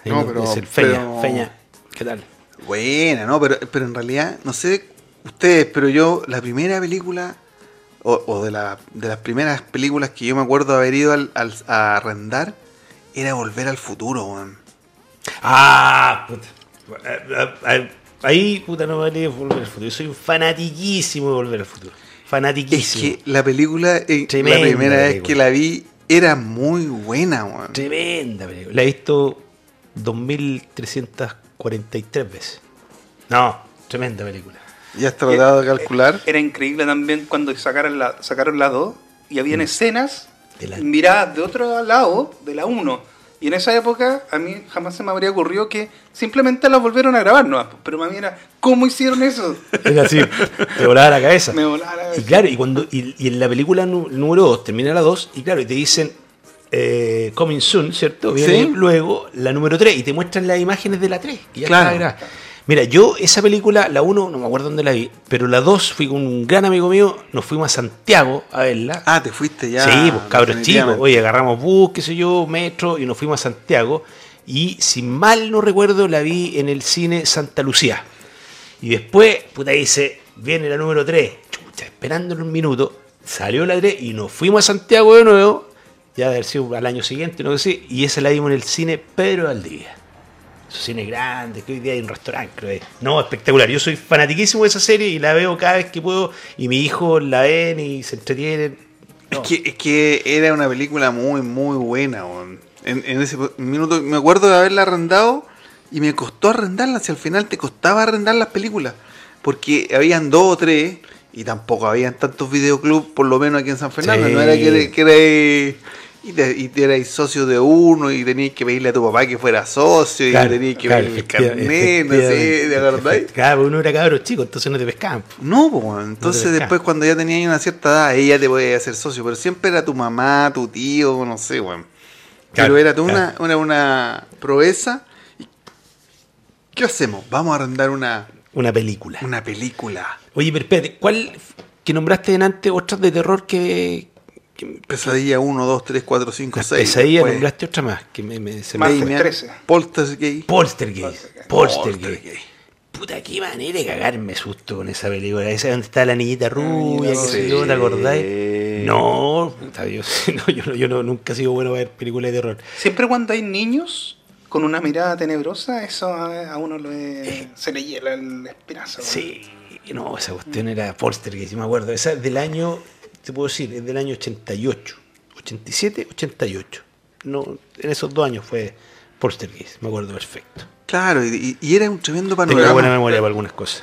Speaker 3: Ahí
Speaker 4: No,
Speaker 3: nos
Speaker 4: pero-
Speaker 3: dice el Feña,
Speaker 4: pero-
Speaker 3: Feña, ¿qué tal?
Speaker 4: Buena, ¿no? Pero, pero en realidad, no sé ustedes, pero yo, la primera película, o, o de, la- de las primeras películas que yo me acuerdo haber ido al- al- a arrendar, era Volver al Futuro, weón.
Speaker 3: Ah, puta. Ah, ah, ah, Ahí, puta, no vale volver al futuro. Yo soy un fanatiquísimo de volver al futuro.
Speaker 4: Es
Speaker 3: Fanatiquísimo.
Speaker 4: que la película, eh,
Speaker 3: Tremenda
Speaker 4: la primera vez
Speaker 3: película.
Speaker 4: que la vi, era muy buena, weón.
Speaker 3: Tremenda película. La he visto 2343 veces. No, tremenda película.
Speaker 4: Ya has tratado de
Speaker 3: Eh,
Speaker 4: calcular.
Speaker 2: Era increíble también cuando sacaron la, sacaron la 2 y habían escenas
Speaker 3: Mm. De la-
Speaker 2: miradas de otro lado de la 1. Y en esa época a mí jamás se me habría ocurrido que simplemente las volvieron a grabar, no, pero a mí era, ¿cómo hicieron eso?
Speaker 3: Era así, te volaba la cabeza.
Speaker 2: Me volaba la cabeza.
Speaker 3: Y claro, y, cuando, y, y en la película nu- número 2 termina la 2 y claro, y te dicen eh, Coming Soon, ¿cierto? Viene
Speaker 4: Sí.
Speaker 3: luego la número 3 y te muestran las imágenes de la 3. Que ya
Speaker 4: Claro.
Speaker 3: estaba grabada. Mira, yo esa película, la 1, no me acuerdo dónde la vi, pero la 2 fui con un gran amigo mío, nos fuimos a Santiago a verla.
Speaker 4: Ah, te fuiste ya.
Speaker 3: Sí, pues cabros chicos.
Speaker 4: definitivamente.
Speaker 3: Oye, agarramos bus, qué sé yo, metro y nos fuimos a Santiago. Y si mal no recuerdo, la vi en el cine Santa Lucía. Y después, puta, dice, viene la número 3. Chucha, esperándole un minuto. Salió la 3 y nos fuimos a Santiago de nuevo. Ya de haber sido al año siguiente, no sé si. Y esa la vimos en el cine Pedro Aldía. esos cines grandes, que hoy día hay un restaurante, creo. eh. No, espectacular. Yo soy fanatiquísimo de esa serie y la veo cada vez que puedo. Y mi hijo la ven y se entretienen. No.
Speaker 4: Es, que, es que era una película muy, muy buena. weón. En, en ese minuto me acuerdo de haberla arrendado y me costó arrendarla. Si al final te costaba arrendar las películas. Porque habían dos o tres y tampoco habían tantos videoclubs, por lo menos aquí en San Fernando.
Speaker 3: Sí.
Speaker 4: No era que, que erais- Y, te- y te erais socio de uno y tenías que pedirle a tu papá que fuera socio
Speaker 3: Claro,
Speaker 4: y tenías que
Speaker 3: claro,
Speaker 4: pedirle el
Speaker 3: efectiva-
Speaker 4: carnet, no sé, ¿te
Speaker 3: efectivamente,
Speaker 4: acordáis?
Speaker 3: efecti- Claro, uno era cabro chico, entonces no te pescaban. po.
Speaker 4: No, po, weón. entonces
Speaker 3: pescaba.
Speaker 4: después cuando ya tenías una cierta edad, ella te podía hacer socio, pero siempre era tu mamá, tu tío, no sé, weón.
Speaker 3: Claro,
Speaker 4: pero era tú
Speaker 3: claro.
Speaker 4: una, una, una proeza. Y- ¿Qué hacemos? Vamos a arrendar una,
Speaker 3: Una película.
Speaker 4: una película.
Speaker 3: Oye, pero espérate, ¿cuál f- que nombraste delante otras de terror que. que
Speaker 4: Pesadilla 1, 2, 3, 4, 5, 6.
Speaker 3: pesadilla, nombraste otra más que me, me- se me
Speaker 2: Más
Speaker 3: fue.
Speaker 2: Damien. 13.
Speaker 4: Poltergeist.
Speaker 3: Poltergeist.
Speaker 2: Poltergeist.
Speaker 3: Poltergeist. Puta, qué manera de cagarme susto con esa película. Esa es donde está la niñita rubia, que si
Speaker 4: sí.
Speaker 3: no, ¿te acordáis? No, puta, yo, no, yo, no- yo no- nunca he sido bueno para ver películas de terror.
Speaker 2: Siempre cuando hay niños con una mirada tenebrosa, eso a, a uno le- se le hiela el espinazo. weón.
Speaker 3: Eh. Sí, no, esa cuestión era Poltergeist, yo me acuerdo. Esa es del año, te puedo decir, es del año 88. 87, 88. No, en esos dos años fue Poltergeist, me acuerdo perfecto.
Speaker 4: Claro, y, y- y era un tremendo
Speaker 3: Tengo buena
Speaker 4: panorama.
Speaker 3: memoria para algunas cosas.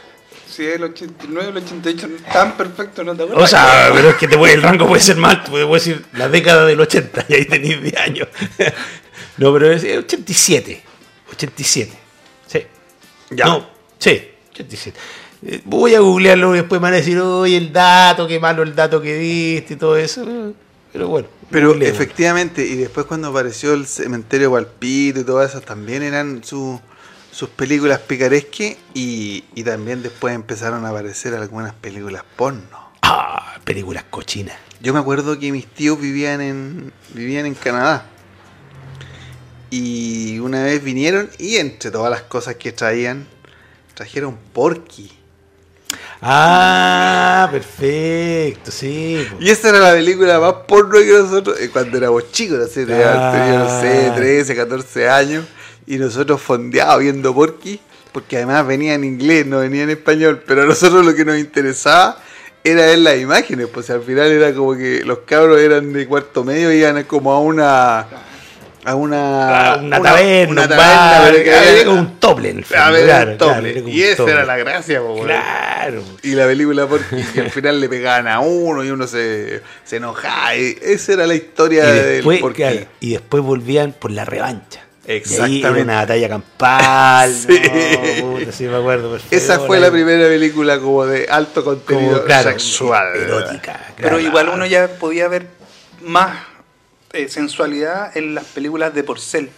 Speaker 2: Si el 89, el 88 no es tan perfecto, no te acuerdas.
Speaker 3: O sea, pero es que te puede- el rango puede ser mal, te puedo decir la década del 80 y ahí tenéis 10 años. No, pero es es 87. 87. Sí.
Speaker 4: Ya.
Speaker 3: No, sí, 87. Eh, Voy a googlearlo y después me van a decir, oye, el dato, qué malo el dato que diste y todo eso. Eh, Pero bueno.
Speaker 4: Pero
Speaker 3: googleémoslo.
Speaker 4: efectivamente, y después cuando apareció el cementerio Palpito y todas esas, también eran su- sus películas picaresques y, y también después empezaron a aparecer algunas películas porno.
Speaker 3: Ah, películas cochinas.
Speaker 4: Yo me acuerdo que mis tíos vivían en, vivían en Canadá. Y una vez vinieron y entre todas las cosas que traían, trajeron Porky.
Speaker 3: Ah, perfecto, sí. po.
Speaker 4: Y esa era la película más porno que nosotros, eh, cuando éramos chicos, no sé, tenía- tenía, no sé,
Speaker 3: Ah.
Speaker 4: 13, 14 años, y nosotros fondeados viendo Porky, porque además venía en inglés, no venía en español, pero a nosotros lo que nos interesaba era ver las imágenes, pues al final era como que los cabros eran de cuarto medio y iban como a una... A una,
Speaker 3: Ah, una, taberna,
Speaker 4: una
Speaker 3: un
Speaker 4: taberna,
Speaker 3: bar, ah,
Speaker 4: pero que
Speaker 3: era,
Speaker 4: era-
Speaker 3: como un tople en el fondo,
Speaker 4: a ver, era
Speaker 3: claro,
Speaker 4: un
Speaker 3: claro,
Speaker 4: tople.
Speaker 3: era como
Speaker 4: y
Speaker 3: un
Speaker 4: esa
Speaker 3: tople.
Speaker 4: era la gracia, po, weón.
Speaker 3: Claro.
Speaker 4: Y la película porque que al final le pegaban a uno y uno se, se enojaba. y esa era la historia
Speaker 3: y
Speaker 4: del
Speaker 3: después,
Speaker 4: porquí.
Speaker 3: claro, y después volvían por la revancha. Y ahí
Speaker 4: Exactamente.
Speaker 3: era una batalla campal.
Speaker 4: Sí.
Speaker 3: no, puta, sí, me acuerdo. perfecto.
Speaker 4: Esa fue la primera película como de alto
Speaker 3: Como,
Speaker 4: contenido
Speaker 3: claro, e-
Speaker 4: sexual.
Speaker 3: Erótica.
Speaker 2: Pero
Speaker 3: claro.
Speaker 2: igual uno ya podía ver más eh, sensualidad en las películas de Porcel,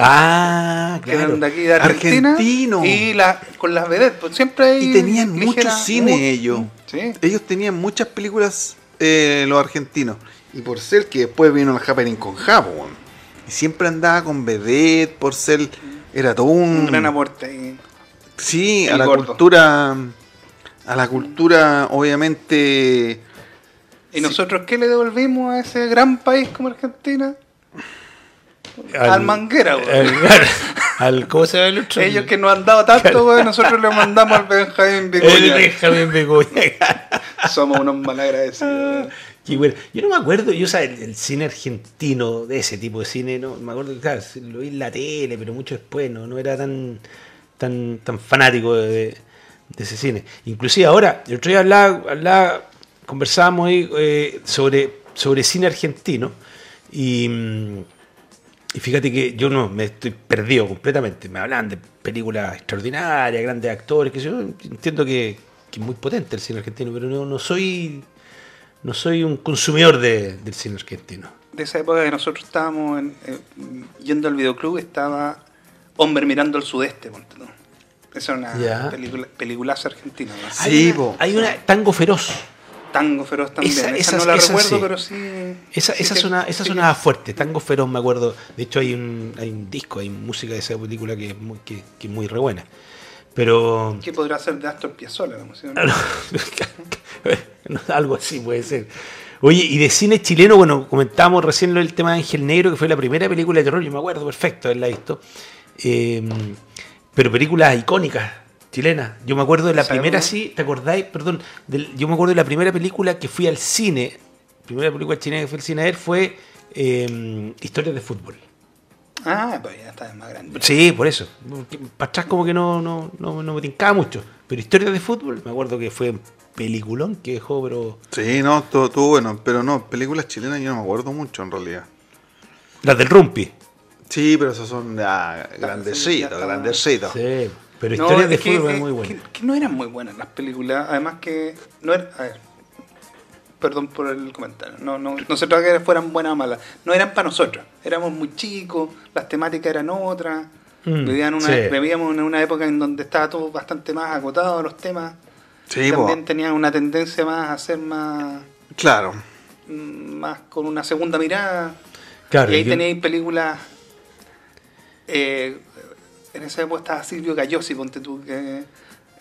Speaker 3: Ah,
Speaker 2: que
Speaker 3: claro.
Speaker 2: eran de aquí de Argentina.
Speaker 4: Argentino.
Speaker 2: Y la, con las vedettes, pues siempre hay
Speaker 4: Y tenían
Speaker 2: ligera-
Speaker 4: muchos cines
Speaker 2: mu-
Speaker 4: ellos.
Speaker 2: Sí.
Speaker 4: Ellos tenían muchas películas eh, los argentinos. Y por ser que después vino el happening con Japón. Y siempre andaba con vedette, por ser... Era todo
Speaker 2: Un gran aporte. ahí.
Speaker 4: Sí,
Speaker 2: El
Speaker 4: a la
Speaker 2: gordo.
Speaker 4: cultura. A la cultura, obviamente.
Speaker 2: ¿Y nosotros qué le devolvimos a ese gran país como Argentina? Al, Manguera, weón.
Speaker 3: Al, al- ¿Cómo se llama el otro?
Speaker 2: Ellos que nos han dado tanto,
Speaker 3: Claro.
Speaker 2: weón, nosotros le mandamos al Benjamín
Speaker 3: El
Speaker 2: Vicuña.
Speaker 3: Benjamín Begoña.
Speaker 2: Somos unos malagradecidos. weón.
Speaker 3: Qué bueno. Yo no me acuerdo, yo o sea, el, el cine argentino de ese tipo de cine, no me acuerdo que claro, sí, lo vi en la tele, pero mucho después, no, no era tan, tan, tan fanático de, de ese cine. Inclusive ahora, el otro día hablaba, hablaba- conversábamos ahí, eh, sobre, sobre cine argentino y, mm, y fíjate que yo no, me estoy perdido completamente. Me hablan de películas extraordinarias, grandes actores, que yo entiendo que, que es muy potente el cine argentino, pero no, no soy no soy un consumidor de- del cine argentino.
Speaker 2: De esa época que nosotros estábamos en- eh, yendo al videoclub, estaba Hombre mirando al sudeste. ponte tú. Esa era una
Speaker 3: Ya.
Speaker 2: película, peliculaza argentina. weón.
Speaker 4: Sí,
Speaker 3: hay,
Speaker 4: po.
Speaker 3: una, hay una tango feroz.
Speaker 2: Tango feroz también.
Speaker 3: Esa-
Speaker 2: Esa,
Speaker 3: esas-
Speaker 2: no la
Speaker 3: esas
Speaker 2: recuerdo,
Speaker 3: sí.
Speaker 2: pero sí.
Speaker 3: Esa,
Speaker 2: sí
Speaker 3: esa,
Speaker 2: que-
Speaker 3: zona- esa
Speaker 2: sí que-
Speaker 3: sonaba fuerte, tango feroz me acuerdo. De hecho hay un, hay un disco, hay música de esa película que es muy, que, que es muy re buena. Pero
Speaker 2: ¿Qué podrá ser de Astor Piazzolla la música?
Speaker 3: Claro. No, Algo así puede ser. Oye, y de cine chileno, bueno, comentábamos recién lo del tema de Ángel Negro, que fue la primera película de terror, yo me acuerdo perfecto haberla visto. Eh, pero películas icónicas chilenas. Yo me acuerdo de la
Speaker 2: ¿Sabes
Speaker 3: primera,
Speaker 2: alguna?
Speaker 3: sí, ¿te acordáis? Perdón, del- yo me acuerdo de la primera película que fui al cine. La primera película chilena que fui al cine a ver fue eh, Historias de Fútbol.
Speaker 2: Ah, pues ya está más grande.
Speaker 3: Sí, por eso. Porque Para atrás como que no, no, no, no me tincaba mucho. Pero Historias de Fútbol, me acuerdo que fue un peliculón que dejó, pero...
Speaker 4: Sí, no, todo, todo bueno, pero no, películas chilenas yo no me acuerdo mucho en realidad.
Speaker 3: Las del Rumpi.
Speaker 4: Sí, pero esas son ah, grandecitos,
Speaker 2: ya está.
Speaker 4: grandecitos.
Speaker 3: Sí. Pero
Speaker 2: No,
Speaker 3: Historias
Speaker 2: es
Speaker 3: de
Speaker 2: que-
Speaker 3: Fútbol es
Speaker 2: eh,
Speaker 3: muy buena.
Speaker 2: Que, que no eran muy buenas las películas. Además que no era, a ver, perdón por el comentario. No, no, no se trata de que fueran buenas o malas. No eran para nosotros. Éramos muy chicos, las temáticas eran otras.
Speaker 3: Mm,
Speaker 2: Vivían una-
Speaker 3: sí.
Speaker 2: Vivíamos en una época en donde estaba todo bastante más acotado los temas.
Speaker 4: Sí, po,
Speaker 2: También tenían una tendencia más a ser más,
Speaker 4: claro.
Speaker 2: mm, más con una segunda mirada.
Speaker 3: Claro,
Speaker 2: y ahí
Speaker 3: yo-
Speaker 2: tenéis películas. eh, en esa época estaba Silvio Gallosi, ponte tú, que,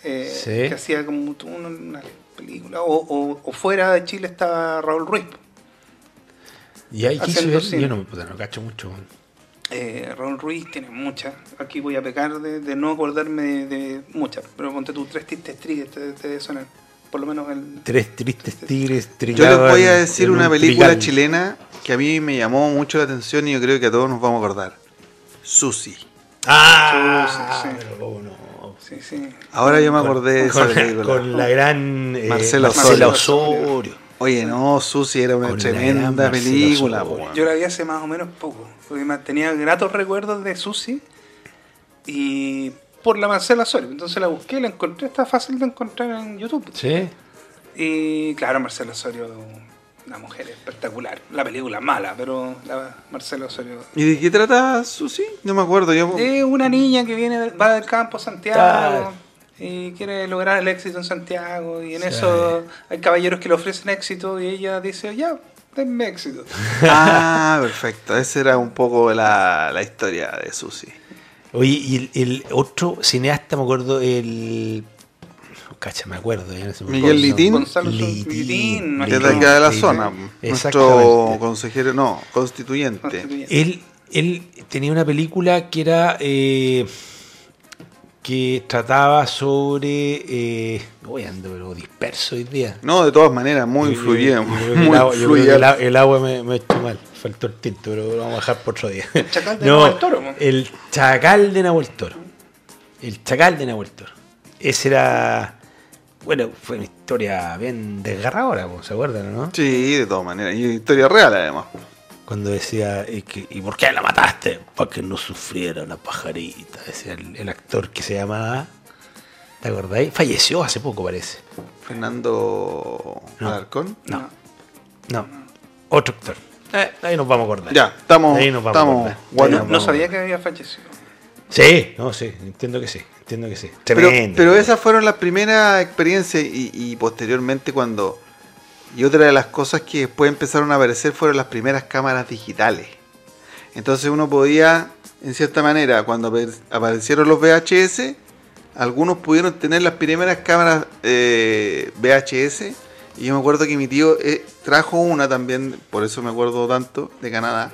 Speaker 2: eh,
Speaker 3: Sí.
Speaker 2: que hacía como tú una, una película. O, o- o fuera de Chile estaba Raúl Ruiz.
Speaker 3: ¿Y ahí qué hizo
Speaker 2: haciendo
Speaker 3: él?
Speaker 2: cine.
Speaker 3: Yo no, puta, no cacho mucho.
Speaker 2: Eh, Raúl Ruiz tiene muchas. Aquí voy a pecar de, de no acordarme de, de muchas. Pero ponte tú tres tristes tristes te, te debe sonar. Por lo menos el.
Speaker 3: Tres tristes tigres
Speaker 4: Yo les voy a
Speaker 3: trillaban
Speaker 4: decir
Speaker 3: en
Speaker 4: una
Speaker 3: un
Speaker 4: película
Speaker 3: trigal.
Speaker 4: chilena que a mí me llamó mucho la atención y yo creo que a todos nos vamos a acordar. Susi.
Speaker 3: Ah,
Speaker 2: Sí, sí, sí.
Speaker 3: pero cómo no.
Speaker 2: Sí, sí.
Speaker 4: Ahora yo me acordé de esa
Speaker 3: Con,
Speaker 4: película.
Speaker 3: con la gran eh,
Speaker 4: Marcela
Speaker 3: Marcela
Speaker 2: Osorio.
Speaker 3: Osorio.
Speaker 4: Oye, no, Susi era una
Speaker 3: Con la gran
Speaker 4: tremenda
Speaker 3: Marcela
Speaker 4: película.
Speaker 3: Osorio.
Speaker 4: po,
Speaker 2: Yo la vi hace más o menos poco. Porque me- tenía gratos recuerdos de Susi y por la Marcela Osorio. Entonces la busqué, la encontré, está fácil de encontrar en YouTube.
Speaker 3: Sí.
Speaker 2: Y claro, Marcela Osorio, una mujer espectacular. La película es mala, pero la Marcela Osorio.
Speaker 4: ¿Y de qué trata Susi? No me acuerdo. Yo...
Speaker 2: Es una niña que viene, va del campo a
Speaker 3: Uh. Claro.
Speaker 2: Santiago y quiere lograr el éxito en Santiago. Y en
Speaker 3: Sí.
Speaker 2: eso hay caballeros que le ofrecen éxito y ella dice, ya, denme éxito.
Speaker 4: Ah, perfecto. Esa era un poco la, la historia de Susi.
Speaker 3: Oye, y el, el otro cineasta, me acuerdo, el. Cacha, me acuerdo. ya no se me
Speaker 4: Miguel
Speaker 3: acuerdo el
Speaker 4: Litín.
Speaker 3: nombre.
Speaker 2: Gonzalo Litín,
Speaker 4: Que es de
Speaker 2: Litín.
Speaker 4: acá de la
Speaker 3: Litín.
Speaker 4: zona. Nuestro
Speaker 3: Exactamente.
Speaker 4: consejero, no, constituyente.
Speaker 3: Él, él tenía una película que era. eh, que trataba sobre. eh, voy ando, pero disperso hoy día.
Speaker 4: No, de todas maneras,
Speaker 3: Yo- yo-
Speaker 4: muy
Speaker 3: yo
Speaker 4: influyente.
Speaker 3: creo que el
Speaker 4: Muy
Speaker 3: agua- yo creo que el
Speaker 4: influyente.
Speaker 3: a- El agua me, me ha hecho mal. Faltó el tinto, pero lo vamos a dejar por otro día. El
Speaker 2: chacal de Nahuel Toro, ¿no?
Speaker 3: El chacal de Nahuel Toro. El chacal de Nahuel Toro. Ese era. Bueno, fue una historia bien desgarradora, po, ¿se acuerdan, no?
Speaker 4: Sí, de todas maneras. Y historia real, además.
Speaker 3: Cuando decía, eh, que- ¿y por qué la mataste? Para que no sufriera la pajarita. Decía el, el actor que se llamaba. ¿Te acordáis? Falleció hace poco, parece.
Speaker 4: Fernando
Speaker 3: No.
Speaker 4: Alarcón.
Speaker 3: No. No. Otro actor. Eh, ahí nos vamos a acordar.
Speaker 4: Ya, estamos.
Speaker 3: Ahí nos vamos a
Speaker 4: estamos
Speaker 3: acordar.
Speaker 4: guan-
Speaker 3: Ahí
Speaker 2: No,
Speaker 3: nos
Speaker 2: no
Speaker 3: vamos a
Speaker 2: sabía
Speaker 3: acordar.
Speaker 2: que había fallecido.
Speaker 3: Sí, no, sí, entiendo que sí. Entiendo que sí.
Speaker 4: pero,
Speaker 3: Tremendo.
Speaker 4: pero esas fueron las primeras experiencias y, y posteriormente cuando... Y otra de las cosas que después empezaron a aparecer fueron las primeras cámaras digitales. Entonces uno podía, en cierta manera, cuando ape- aparecieron los VHS, algunos pudieron tener las primeras cámaras eh, VHS. Y yo me acuerdo que mi tío eh, trajo una también, por eso me acuerdo tanto, de Canadá.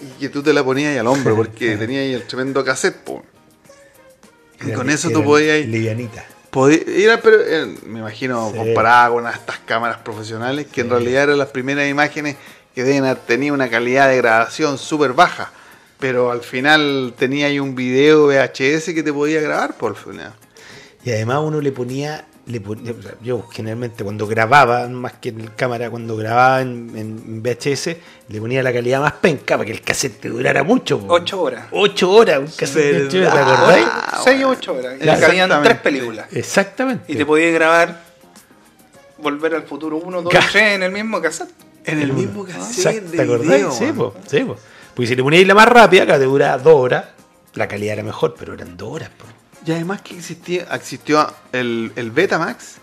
Speaker 4: Y que tú te la ponías ahí al hombro, porque tenía ahí el tremendo cassette. po. Y
Speaker 3: Eran-
Speaker 4: con eso tú
Speaker 3: eran
Speaker 4: podías ir-
Speaker 3: Livianita.
Speaker 4: Podí- era, pero eh, me imagino
Speaker 3: Sí.
Speaker 4: comparada con estas cámaras profesionales que en realidad eran las primeras imágenes que deben haber tenido una calidad de grabación súper baja. Pero al final tenía ahí un video VHS que te podía grabar por el final.
Speaker 3: Y además uno le ponía. Le pon- o sea, yo generalmente cuando grababa, más que en cámara, cuando grababa en, en VHS, le ponía la calidad más penca para que el cassette te durara mucho. po.
Speaker 2: Ocho horas.
Speaker 3: Ocho horas, un cassette. ¿Te
Speaker 4: ¿verdad?
Speaker 3: acordáis?
Speaker 4: Ah,
Speaker 2: 6 o
Speaker 4: bueno.
Speaker 2: 8 horas. Y
Speaker 4: Claro.
Speaker 2: cabían tres
Speaker 4: Exactamente.
Speaker 2: películas.
Speaker 3: Exactamente.
Speaker 2: Y te podías grabar Volver al futuro 1, 2,
Speaker 3: Claro.
Speaker 2: 3 en el mismo cassette.
Speaker 4: En el mismo
Speaker 3: Exacto,
Speaker 4: cassette
Speaker 3: ¿te
Speaker 4: de
Speaker 3: acordás?
Speaker 4: video,
Speaker 3: Sí,
Speaker 4: man.
Speaker 3: po, sí, po. Porque si le poníais la más rápida, que te duraba dos horas, la calidad era mejor, pero eran dos horas. po.
Speaker 4: Y además que existía, existió el, el Betamax,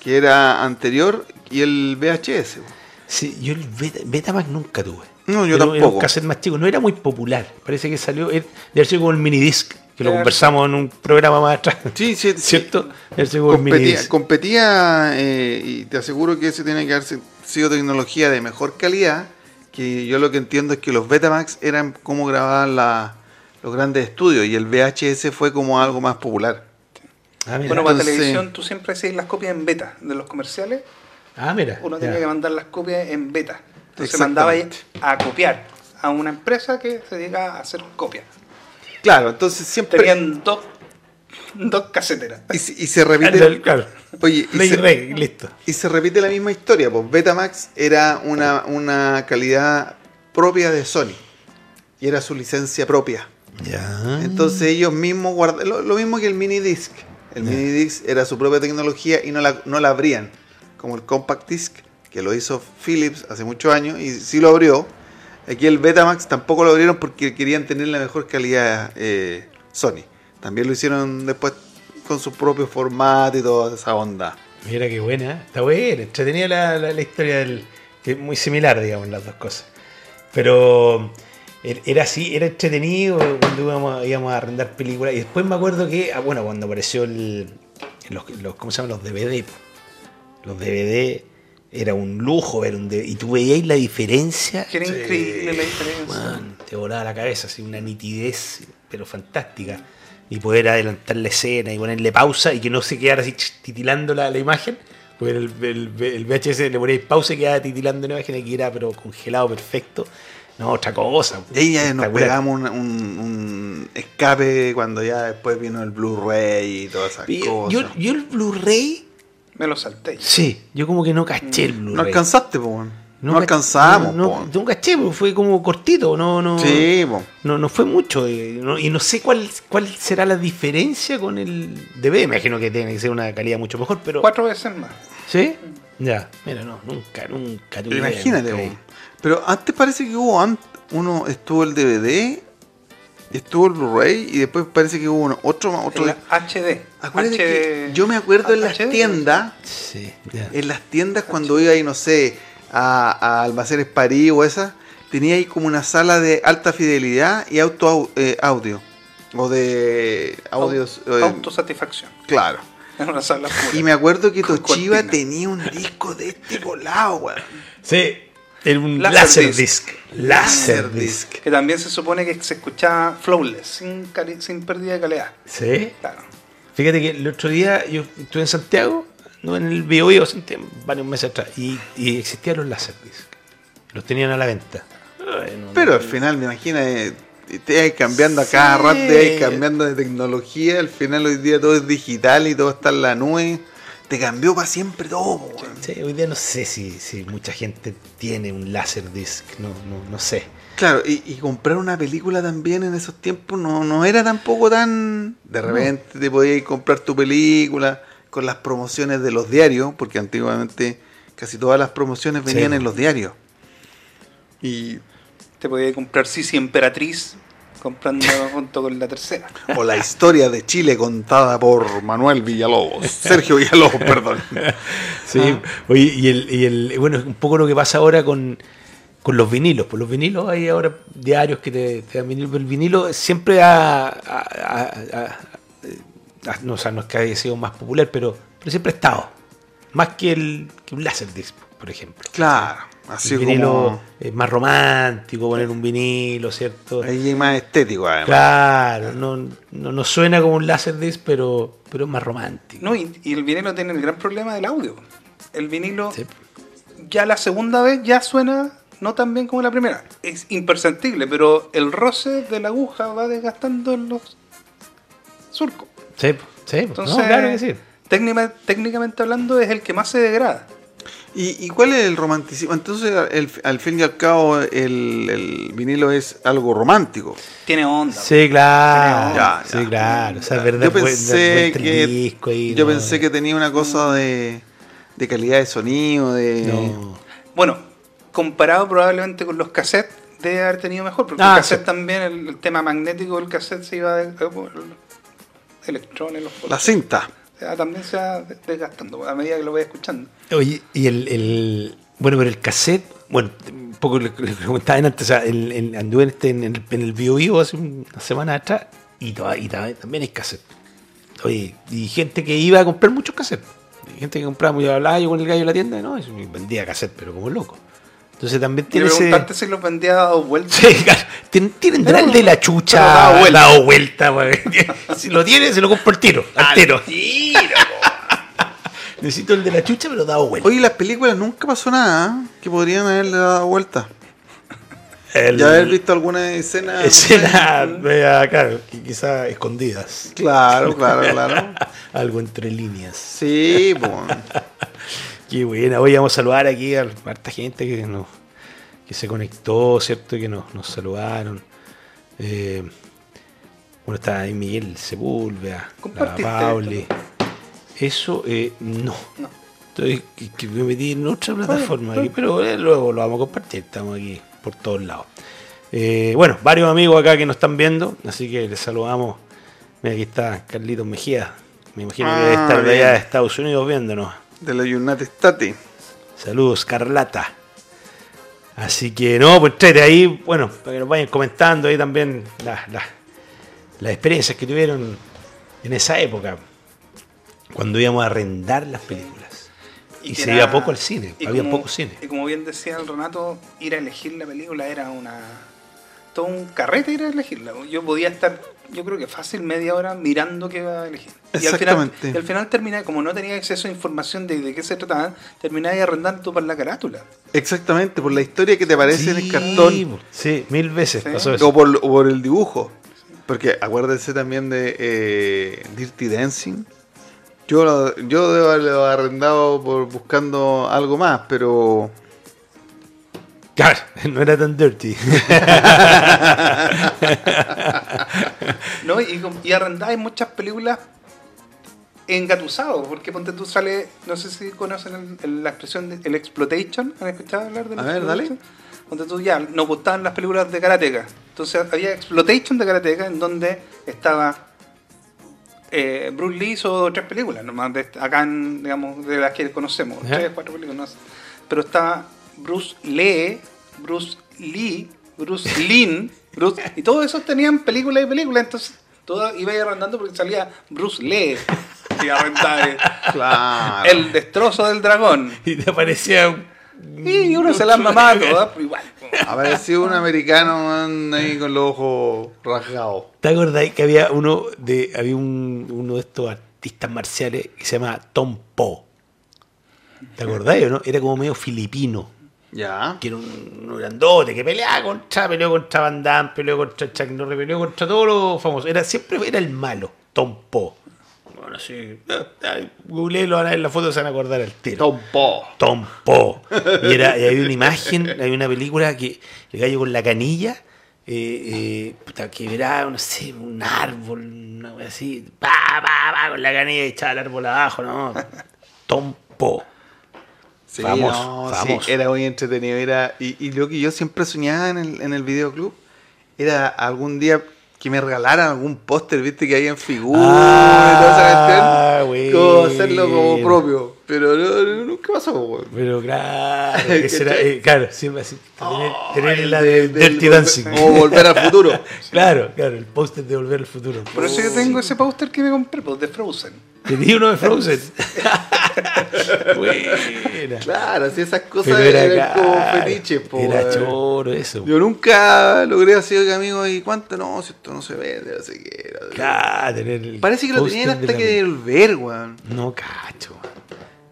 Speaker 4: que era anterior, y el VHS. po.
Speaker 3: Sí, yo el Beta- Betamax nunca tuve.
Speaker 4: No, yo
Speaker 3: Era- Era un
Speaker 4: tampoco.
Speaker 3: cassette más chico, no era muy popular. Parece que salió, er- debe haber sido como el minidisc, que lo
Speaker 2: Claro.
Speaker 3: conversamos en un programa más atrás.
Speaker 4: Sí, sí, sí.
Speaker 3: ¿Cierto? Debe haber sido como el
Speaker 4: competía,
Speaker 3: minidisc.
Speaker 4: competía, eh, y te aseguro que ese tiene que haber sido tecnología de mejor calidad, que yo lo que entiendo es que los Betamax eran como grababan la- las los grandes estudios y el VHS fue como algo más popular.
Speaker 3: Ah, mira.
Speaker 2: Bueno, para
Speaker 4: Entonces-
Speaker 2: televisión tú siempre hacías las copias en beta de los comerciales.
Speaker 3: Ah, mira.
Speaker 2: Uno
Speaker 3: ya.
Speaker 2: tenía que mandar las copias en beta. Entonces
Speaker 4: Exactamente.
Speaker 2: mandaba ahí a copiar a una empresa que se dedica a hacer copias.
Speaker 4: Claro, entonces siempre...
Speaker 2: Tenían dos, dos caseteras.
Speaker 4: Y, se- y se
Speaker 3: Ah,
Speaker 4: repite...
Speaker 3: Claro.
Speaker 4: Oye, y
Speaker 3: Play
Speaker 4: se-
Speaker 3: Rey, listo.
Speaker 4: Y se repite la misma historia, pues Betamax era una, una calidad propia de Sony. Y era su licencia propia.
Speaker 3: Ya.
Speaker 4: Entonces ellos mismos guardaban. Lo, lo mismo que el mini disc. El
Speaker 3: Ya.
Speaker 4: mini disc era su propia tecnología y no la, no la abrían. Como el compact disc, que lo hizo Philips hace muchos años y sí lo abrió. Aquí el Betamax tampoco lo abrieron porque querían tener la mejor calidad eh, Sony. También lo hicieron después con su propio formato y toda esa onda.
Speaker 3: Mira qué buena. Está buena. Entretenida la, la- la historia del. Que es muy similar, digamos, las dos cosas. Pero er- era así, era entretenido cuando íbamos, íbamos a arrendar películas. Y después me acuerdo que, ah, bueno, cuando apareció el. Los, los- ¿Cómo se llaman? Los DVD. po. Los DVD era un lujo ver un DVD. Y tú veías la diferencia.
Speaker 2: Que era
Speaker 4: Sí.
Speaker 2: increíble la diferencia.
Speaker 3: Juan, te volaba la cabeza, así una nitidez, pero fantástica. Y poder adelantar la escena y ponerle pausa y que no se quedara así ch, titilando la, la imagen. Porque el, el, el VHS le poníais pausa y quedaba titilando la imagen y que era pero congelado perfecto. No, otra cosa.
Speaker 4: Y ahí ya nos
Speaker 3: espectacular.
Speaker 4: pegamos un, un- un escape cuando ya después vino el Blu-ray y todas esas
Speaker 3: Y Yo,
Speaker 4: cosas.
Speaker 3: yo, yo el Blu-ray,
Speaker 2: Me lo salté.
Speaker 3: sí, yo como que no caché el Blu-ray.
Speaker 4: Mm, no alcanzaste, po. weón. No,
Speaker 3: ca-
Speaker 4: alcanzamos,
Speaker 3: No,
Speaker 4: po.
Speaker 3: no, no caché, po, fue como cortito, no, no.
Speaker 4: Sí, po.
Speaker 3: No, no fue mucho. eh, no- y no sé cuál, cuál será la diferencia con el DVD. Me imagino que tiene que ser una calidad mucho mejor, pero.
Speaker 2: Cuatro veces más.
Speaker 3: ¿Sí? Ya. Mira, no, nunca, nunca tuve.
Speaker 4: Imagínate,
Speaker 3: nunca vi.
Speaker 4: po. Pero antes parece que hubo ant- uno estuvo el DVD, estuvo el Blu-ray y después parece que hubo uno- otro otro.
Speaker 2: En la HD.
Speaker 4: Acuérdate que
Speaker 2: HD.
Speaker 4: yo me acuerdo en las
Speaker 2: HD.
Speaker 4: tiendas,
Speaker 3: Sí, ya.
Speaker 4: en las tiendas cuando iba ahí, no sé, a, a Almacenes París o esas, tenía ahí como una sala de alta fidelidad y auto au- eh, audio. O de audios.
Speaker 2: Au-
Speaker 4: eh,
Speaker 2: Autosatisfacción.
Speaker 4: claro.
Speaker 2: En una sala pura.
Speaker 4: Y me acuerdo que
Speaker 2: Con
Speaker 4: Toshiba
Speaker 2: cortina.
Speaker 4: tenía un disco de este volado, weón.
Speaker 3: Sí, era un
Speaker 2: Laserdisc.
Speaker 3: Laserdisc. Laserdisc.
Speaker 2: Que también se supone que se escuchaba flawless, sin, cali- sin pérdida de calidad.
Speaker 3: Sí.
Speaker 2: Claro.
Speaker 3: Fíjate que el otro día yo estuve en Santiago, no en el BioBio, hace varios meses atrás, y, y existían los Laserdisc. Los tenían a la venta. Ay, no,
Speaker 4: Pero
Speaker 3: no-
Speaker 4: al final, me imagino, eh, te vas cambiando a cada
Speaker 3: Sí.
Speaker 4: rato, te vas cambiando de tecnología. Al final, hoy día todo es digital y todo está en la nube. Te cambió para siempre todo, weón.
Speaker 3: Sí, hoy día no sé si, si mucha gente tiene un Laserdisc, no, no, no sé.
Speaker 4: Claro, y, y comprar una película también en esos tiempos no, no era tampoco tan... De repente te podías ir a comprar tu película con las promociones de los diarios, porque antiguamente casi todas las promociones
Speaker 3: Sí.
Speaker 4: venían en los diarios. Y,
Speaker 2: Te podías comprar Sisi Emperatriz comprando junto con la tercera.
Speaker 4: o la historia de Chile contada por Manuel Villalobos, Sergio Villalobos, perdón.
Speaker 3: Sí,
Speaker 4: Ah.
Speaker 3: oye, y el, y el, bueno, es un poco lo que pasa ahora con, con los vinilos. Por los vinilos hay ahora diarios que te, te dan vinilo, pero el vinilo siempre ha, ha- ha- ha- ha- no, o sea, no es que haya sido más popular, pero, pero siempre ha estado. Más que el, que un Laserdisc, por ejemplo.
Speaker 4: Claro, así
Speaker 3: el vinilo
Speaker 4: como...
Speaker 3: eh, más romántico, poner un vinilo, ¿cierto?
Speaker 4: Ahí es más estético, además.
Speaker 3: Claro, no, no, no suena como un Laserdisc, pero, pero es más romántico.
Speaker 2: No, y, y el vinilo tiene el gran problema del audio. El vinilo
Speaker 3: Sí.
Speaker 2: ya la segunda vez ya suena no tan bien como la primera. Es imperceptible, pero el roce de la aguja va desgastando los surcos.
Speaker 3: Sí, sí, no,
Speaker 2: Entonces,
Speaker 3: claro que sí.
Speaker 2: técnica- técnicamente hablando, es el que más se degrada.
Speaker 4: ¿Y, y cuál es el romanticismo? Entonces, el- al fin y al cabo, el, el vinilo es algo romántico.
Speaker 2: Tiene onda.
Speaker 3: Sí, claro.
Speaker 4: Ya,
Speaker 3: sí,
Speaker 4: ya.
Speaker 3: claro. O sea, es verdad,
Speaker 4: Yo
Speaker 3: buen-
Speaker 4: pensé,
Speaker 3: buen
Speaker 4: que,
Speaker 3: disco ahí,
Speaker 4: yo
Speaker 3: no.
Speaker 4: pensé que tenía una cosa de, de calidad de sonido, de...
Speaker 3: No.
Speaker 2: Bueno, comparado probablemente con los cassettes, debe haber tenido mejor, porque
Speaker 3: Ah,
Speaker 2: el cassette
Speaker 3: sí.
Speaker 2: también, el, el tema magnético del cassette se iba de, de- por el- electrones, los
Speaker 4: La cinta.
Speaker 2: o sea, también se va de- desgastando a medida que lo voy escuchando.
Speaker 3: Oye, y el, el- Bueno, pero el cassette. Bueno, un poco lo que lo que comentaban antes. O sea, el, el- anduve en, este, en el, en el Bio Bio hace una semana atrás. Y, toda- y también, también hay cassette. Oye, y gente que iba a comprar muchos cassettes. Y gente que compraba, yo hablaba yo con el gallo de la tienda. No, y vendía cassette, pero como loco. Entonces también
Speaker 2: Y
Speaker 3: tiene ese...
Speaker 2: preguntaste si los vendía dado vuelta.
Speaker 3: Sí, claro. Tien- Tienen
Speaker 2: Pero-
Speaker 3: el de la
Speaker 2: pero
Speaker 3: chucha
Speaker 2: dado vuelta.
Speaker 3: dado vuelta, güey. Si lo tiene, se lo compro al tiro. Al tiro. Necesito el de la chucha, pero dado vuelta.
Speaker 4: Oye, las películas nunca pasó nada ¿eh? que podrían haberle dado vuelta.
Speaker 3: El-
Speaker 4: Ya haber visto alguna escena. no
Speaker 3: escena, vea, claro, qui- quizá escondidas.
Speaker 4: sé. Claro, claro, claro.
Speaker 3: Algo entre líneas.
Speaker 4: Sí, pues.
Speaker 3: Qué buena. Hoy vamos a saludar aquí a harta gente que nos que se conectó, ¿cierto? Que nos, nos saludaron. Eh, bueno, está ahí Miguel Sepúlveda, la
Speaker 2: ¿Compartiste
Speaker 3: Pauli. Eso, eh, no.
Speaker 2: No.
Speaker 3: Estoy, que- que me metí en otra plataforma aquí, pero eh, luego lo vamos a compartir. Estamos aquí por todos lados. Eh, bueno, varios amigos acá que nos están viendo, así que les saludamos. Mira, aquí está Carlitos Mejía. Me imagino que debe
Speaker 4: Ah,
Speaker 3: estar de
Speaker 4: bien.
Speaker 3: allá de Estados Unidos viéndonos.
Speaker 4: De la United States.
Speaker 3: Saludos, Carlata. Así que no, pues trate ahí, bueno, para que nos vayan comentando ahí también las, las- las experiencias que tuvieron en esa época, cuando íbamos a arrendar las películas. Y,
Speaker 2: que
Speaker 3: se
Speaker 2: era-
Speaker 3: iba poco al cine,
Speaker 2: y
Speaker 3: había
Speaker 2: como-
Speaker 3: poco cine.
Speaker 2: Y como bien decía el Renato, ir a elegir la película era una. todo un carrete ir a elegirla. Yo podía estar, yo creo que fácil, media hora mirando qué iba a elegir. Y al final,
Speaker 4: Exactamente.
Speaker 2: y al final terminé, como no tenía acceso a información de, de qué se trataba, terminé ahí arrendando para la carátula.
Speaker 4: Exactamente, por la historia que te aparece en el
Speaker 3: Sí, pues,
Speaker 4: cartón.
Speaker 3: Sí, mil veces
Speaker 2: Sí.
Speaker 3: pasó
Speaker 4: O
Speaker 3: eso.
Speaker 4: por, o por el dibujo. Porque acuérdense también de eh, Dirty Dancing. Yo, lo- yo debo haberlo arrendado por buscando algo más, pero
Speaker 3: Claro, no era tan dirty.
Speaker 2: ¿no? Y, com- y arrendáis muchas películas engatusados, porque ponte tú sale, no sé si conocen el- el- la expresión de, el exploitation, ¿han escuchado hablar de
Speaker 4: A ver, dale.
Speaker 2: Ponte tú ya, nos gustaban las películas de karateka, entonces había exploitation de karateka en donde estaba eh, Bruce Lee hizo tres películas nomás, de, acá en, digamos, de las que conocemos,
Speaker 3: Ya.
Speaker 2: tres, cuatro películas, no sé. pero estaba Bruce Lee, Bruce Lee, Bruce Lin, Bruce, y todos esos tenían películas y películas, entonces todo iba ir arrendando porque salía Bruce Lee, y arrendaba, eh,
Speaker 4: claro.
Speaker 2: el destrozo del dragón,
Speaker 3: y te aparecía un-
Speaker 2: y uno se las mamaba todas, pero igual.
Speaker 4: Apareció un americano man, ahí con los ojos rasgados.
Speaker 3: ¿Te acordáis que había uno de había un- uno de estos artistas marciales que se llama Tom Po? ¿Te acordáis o no? Era como medio filipino.
Speaker 4: Ya.
Speaker 3: Que era un, un grandote que peleaba contra, peleó contra Van Damme, peleó contra Chuck Norris, peleó contra todos los famosos. Era, siempre era el malo, Tom Po. Bueno, sí. Eh, Google lo van a ver en la foto, se van a acordar el tiro.
Speaker 4: Tompo.
Speaker 3: Tom Po. Y, era, y hay una imagen, hay una película que el gallo con la canilla, eh, eh, puta, que verá, no sé, un árbol, una wea así, pa, pa, pa, con la canilla y echaba el árbol abajo, ¿no? Tom Po.
Speaker 4: Sí,
Speaker 3: Famoso,
Speaker 4: no,
Speaker 3: famoso.
Speaker 4: sí, era muy entretenido. Era, y, y lo que yo siempre soñaba en el, en el videoclub era algún día que me regalaran algún póster, viste, que hay en figura y
Speaker 3: Ah,
Speaker 4: toda esa cuestión. Como
Speaker 3: bueno.
Speaker 4: hacerlo como propio. Pero no, no, nunca pasó, weón.
Speaker 3: Pero claro, que será, eh, claro, siempre así. Tener, tener
Speaker 4: Ay,
Speaker 3: la de oh,
Speaker 4: del- del
Speaker 3: Dirty
Speaker 4: volver-
Speaker 3: Dancing.
Speaker 4: O volver al futuro.
Speaker 3: Claro, claro, el póster de Volver al Futuro.
Speaker 2: Por eso yo tengo ese póster que me compré, pues, de Frozen.
Speaker 3: Tenía uno de Frozen. Buena.
Speaker 4: Claro, así esas cosas
Speaker 3: Pero era
Speaker 4: eran
Speaker 3: caro,
Speaker 4: como fetiches, po,
Speaker 3: Era
Speaker 4: weón.
Speaker 3: choro eso.
Speaker 4: Yo nunca logré así, oiga, amigo, ¿y cuánto? No, si esto no se vende, no sé qué. no sé qué".
Speaker 3: Claro, tener el
Speaker 4: Parece que lo
Speaker 3: póster
Speaker 4: tenían
Speaker 3: de
Speaker 4: hasta
Speaker 3: la-
Speaker 4: que devolver, weón.
Speaker 3: No cacho,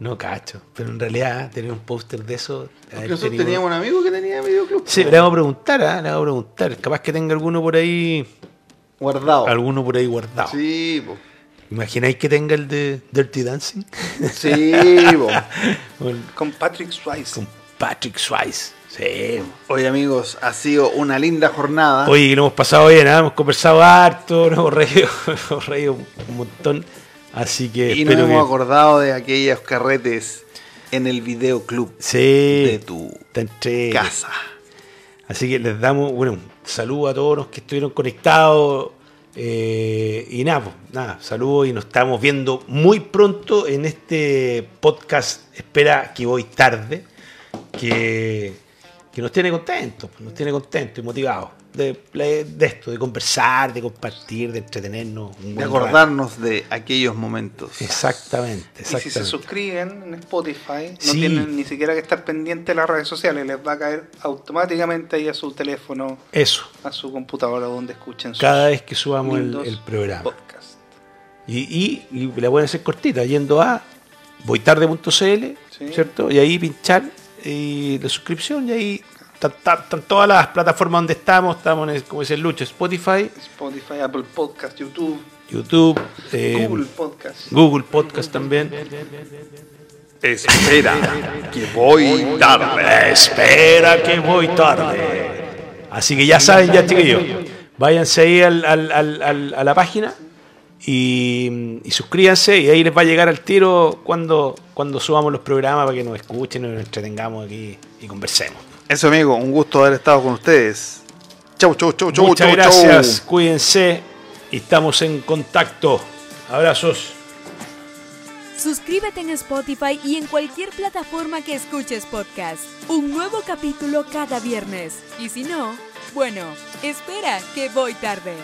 Speaker 3: no cacho. Pero en realidad tener un póster de eso... haber
Speaker 4: Porque nosotros
Speaker 3: tenido-
Speaker 4: teníamos un amigo que tenía videoclub.
Speaker 3: este Sí, le vamos a preguntar, ¿ah? le vamos a preguntar. Capaz que tenga alguno por ahí...
Speaker 4: Guardado.
Speaker 3: Alguno por ahí guardado.
Speaker 4: Sí, po.
Speaker 3: ¿Imagináis que tenga el de Dirty Dancing?
Speaker 4: Sí, po.
Speaker 3: O el-
Speaker 2: Con Patrick Swayze.
Speaker 3: con Patrick Swayze. Sí.
Speaker 4: Oye, amigos, ha sido una linda jornada.
Speaker 3: Oye, que lo hemos pasado bien, ¿ah? hemos conversado harto, nos hemos reído, hemos reído un montón. Así que
Speaker 4: y nos
Speaker 3: espero
Speaker 4: hemos
Speaker 3: que...
Speaker 4: acordado de aquellos carretes en el videoclub
Speaker 3: Sí.
Speaker 4: de tu
Speaker 3: Está entre-
Speaker 4: casa.
Speaker 3: Así que les damos, bueno, un saludo a todos los que estuvieron conectados. eh, y nada, pues, nada, saludos y nos estamos viendo muy pronto en este podcast Espera que voy tarde. Que, que que nos tiene contentos, pues, nos tiene contentos y motivados de, de esto, de conversar, de compartir, de entretenernos. un
Speaker 4: De
Speaker 3: buen rato.
Speaker 4: acordarnos de aquellos momentos.
Speaker 3: Exactamente,
Speaker 2: Y si se
Speaker 3: exactamente.
Speaker 2: suscriben en Spotify, no
Speaker 3: Sí.
Speaker 2: tienen ni siquiera que estar pendiente de las redes sociales, les va a caer automáticamente ahí a su teléfono,
Speaker 3: Eso,
Speaker 2: a su computadora donde escuchen sus
Speaker 3: cada vez que subamos el,
Speaker 2: lindos
Speaker 3: el programa.
Speaker 2: podcasts.
Speaker 3: Y, y- y la pueden hacer cortita, yendo a voitarde.cl,
Speaker 2: Sí.
Speaker 3: ¿cierto? Y ahí pinchar eh, la suscripción y ahí están están- están todas las plataformas donde estamos, estamos en, el- como dice el Lucho, Spotify,
Speaker 2: Spotify, Apple Podcast, YouTube,
Speaker 3: YouTube, eh,
Speaker 2: Google Podcast.
Speaker 3: Google Podcast también.
Speaker 4: Espera, que voy tarde.
Speaker 3: Espera que voy tarde. Así que ya saben, ya chiquillos, váyanse ahí al- al- al- al- a la página y, y suscríbanse y ahí les va a llegar al tiro cuando, cuando subamos los programas para que nos escuchen y nos entretengamos aquí y conversemos.
Speaker 4: Eso, amigo, un gusto haber estado con ustedes. Chau, chau, chau, chau,
Speaker 3: Muchas
Speaker 4: chau,
Speaker 3: gracias,
Speaker 4: chau.
Speaker 3: cuídense y estamos en contacto. Abrazos.
Speaker 1: Suscríbete en Spotify y en cualquier plataforma que escuches podcast. Un nuevo capítulo cada viernes. Y si no, bueno, espera que voy tarde.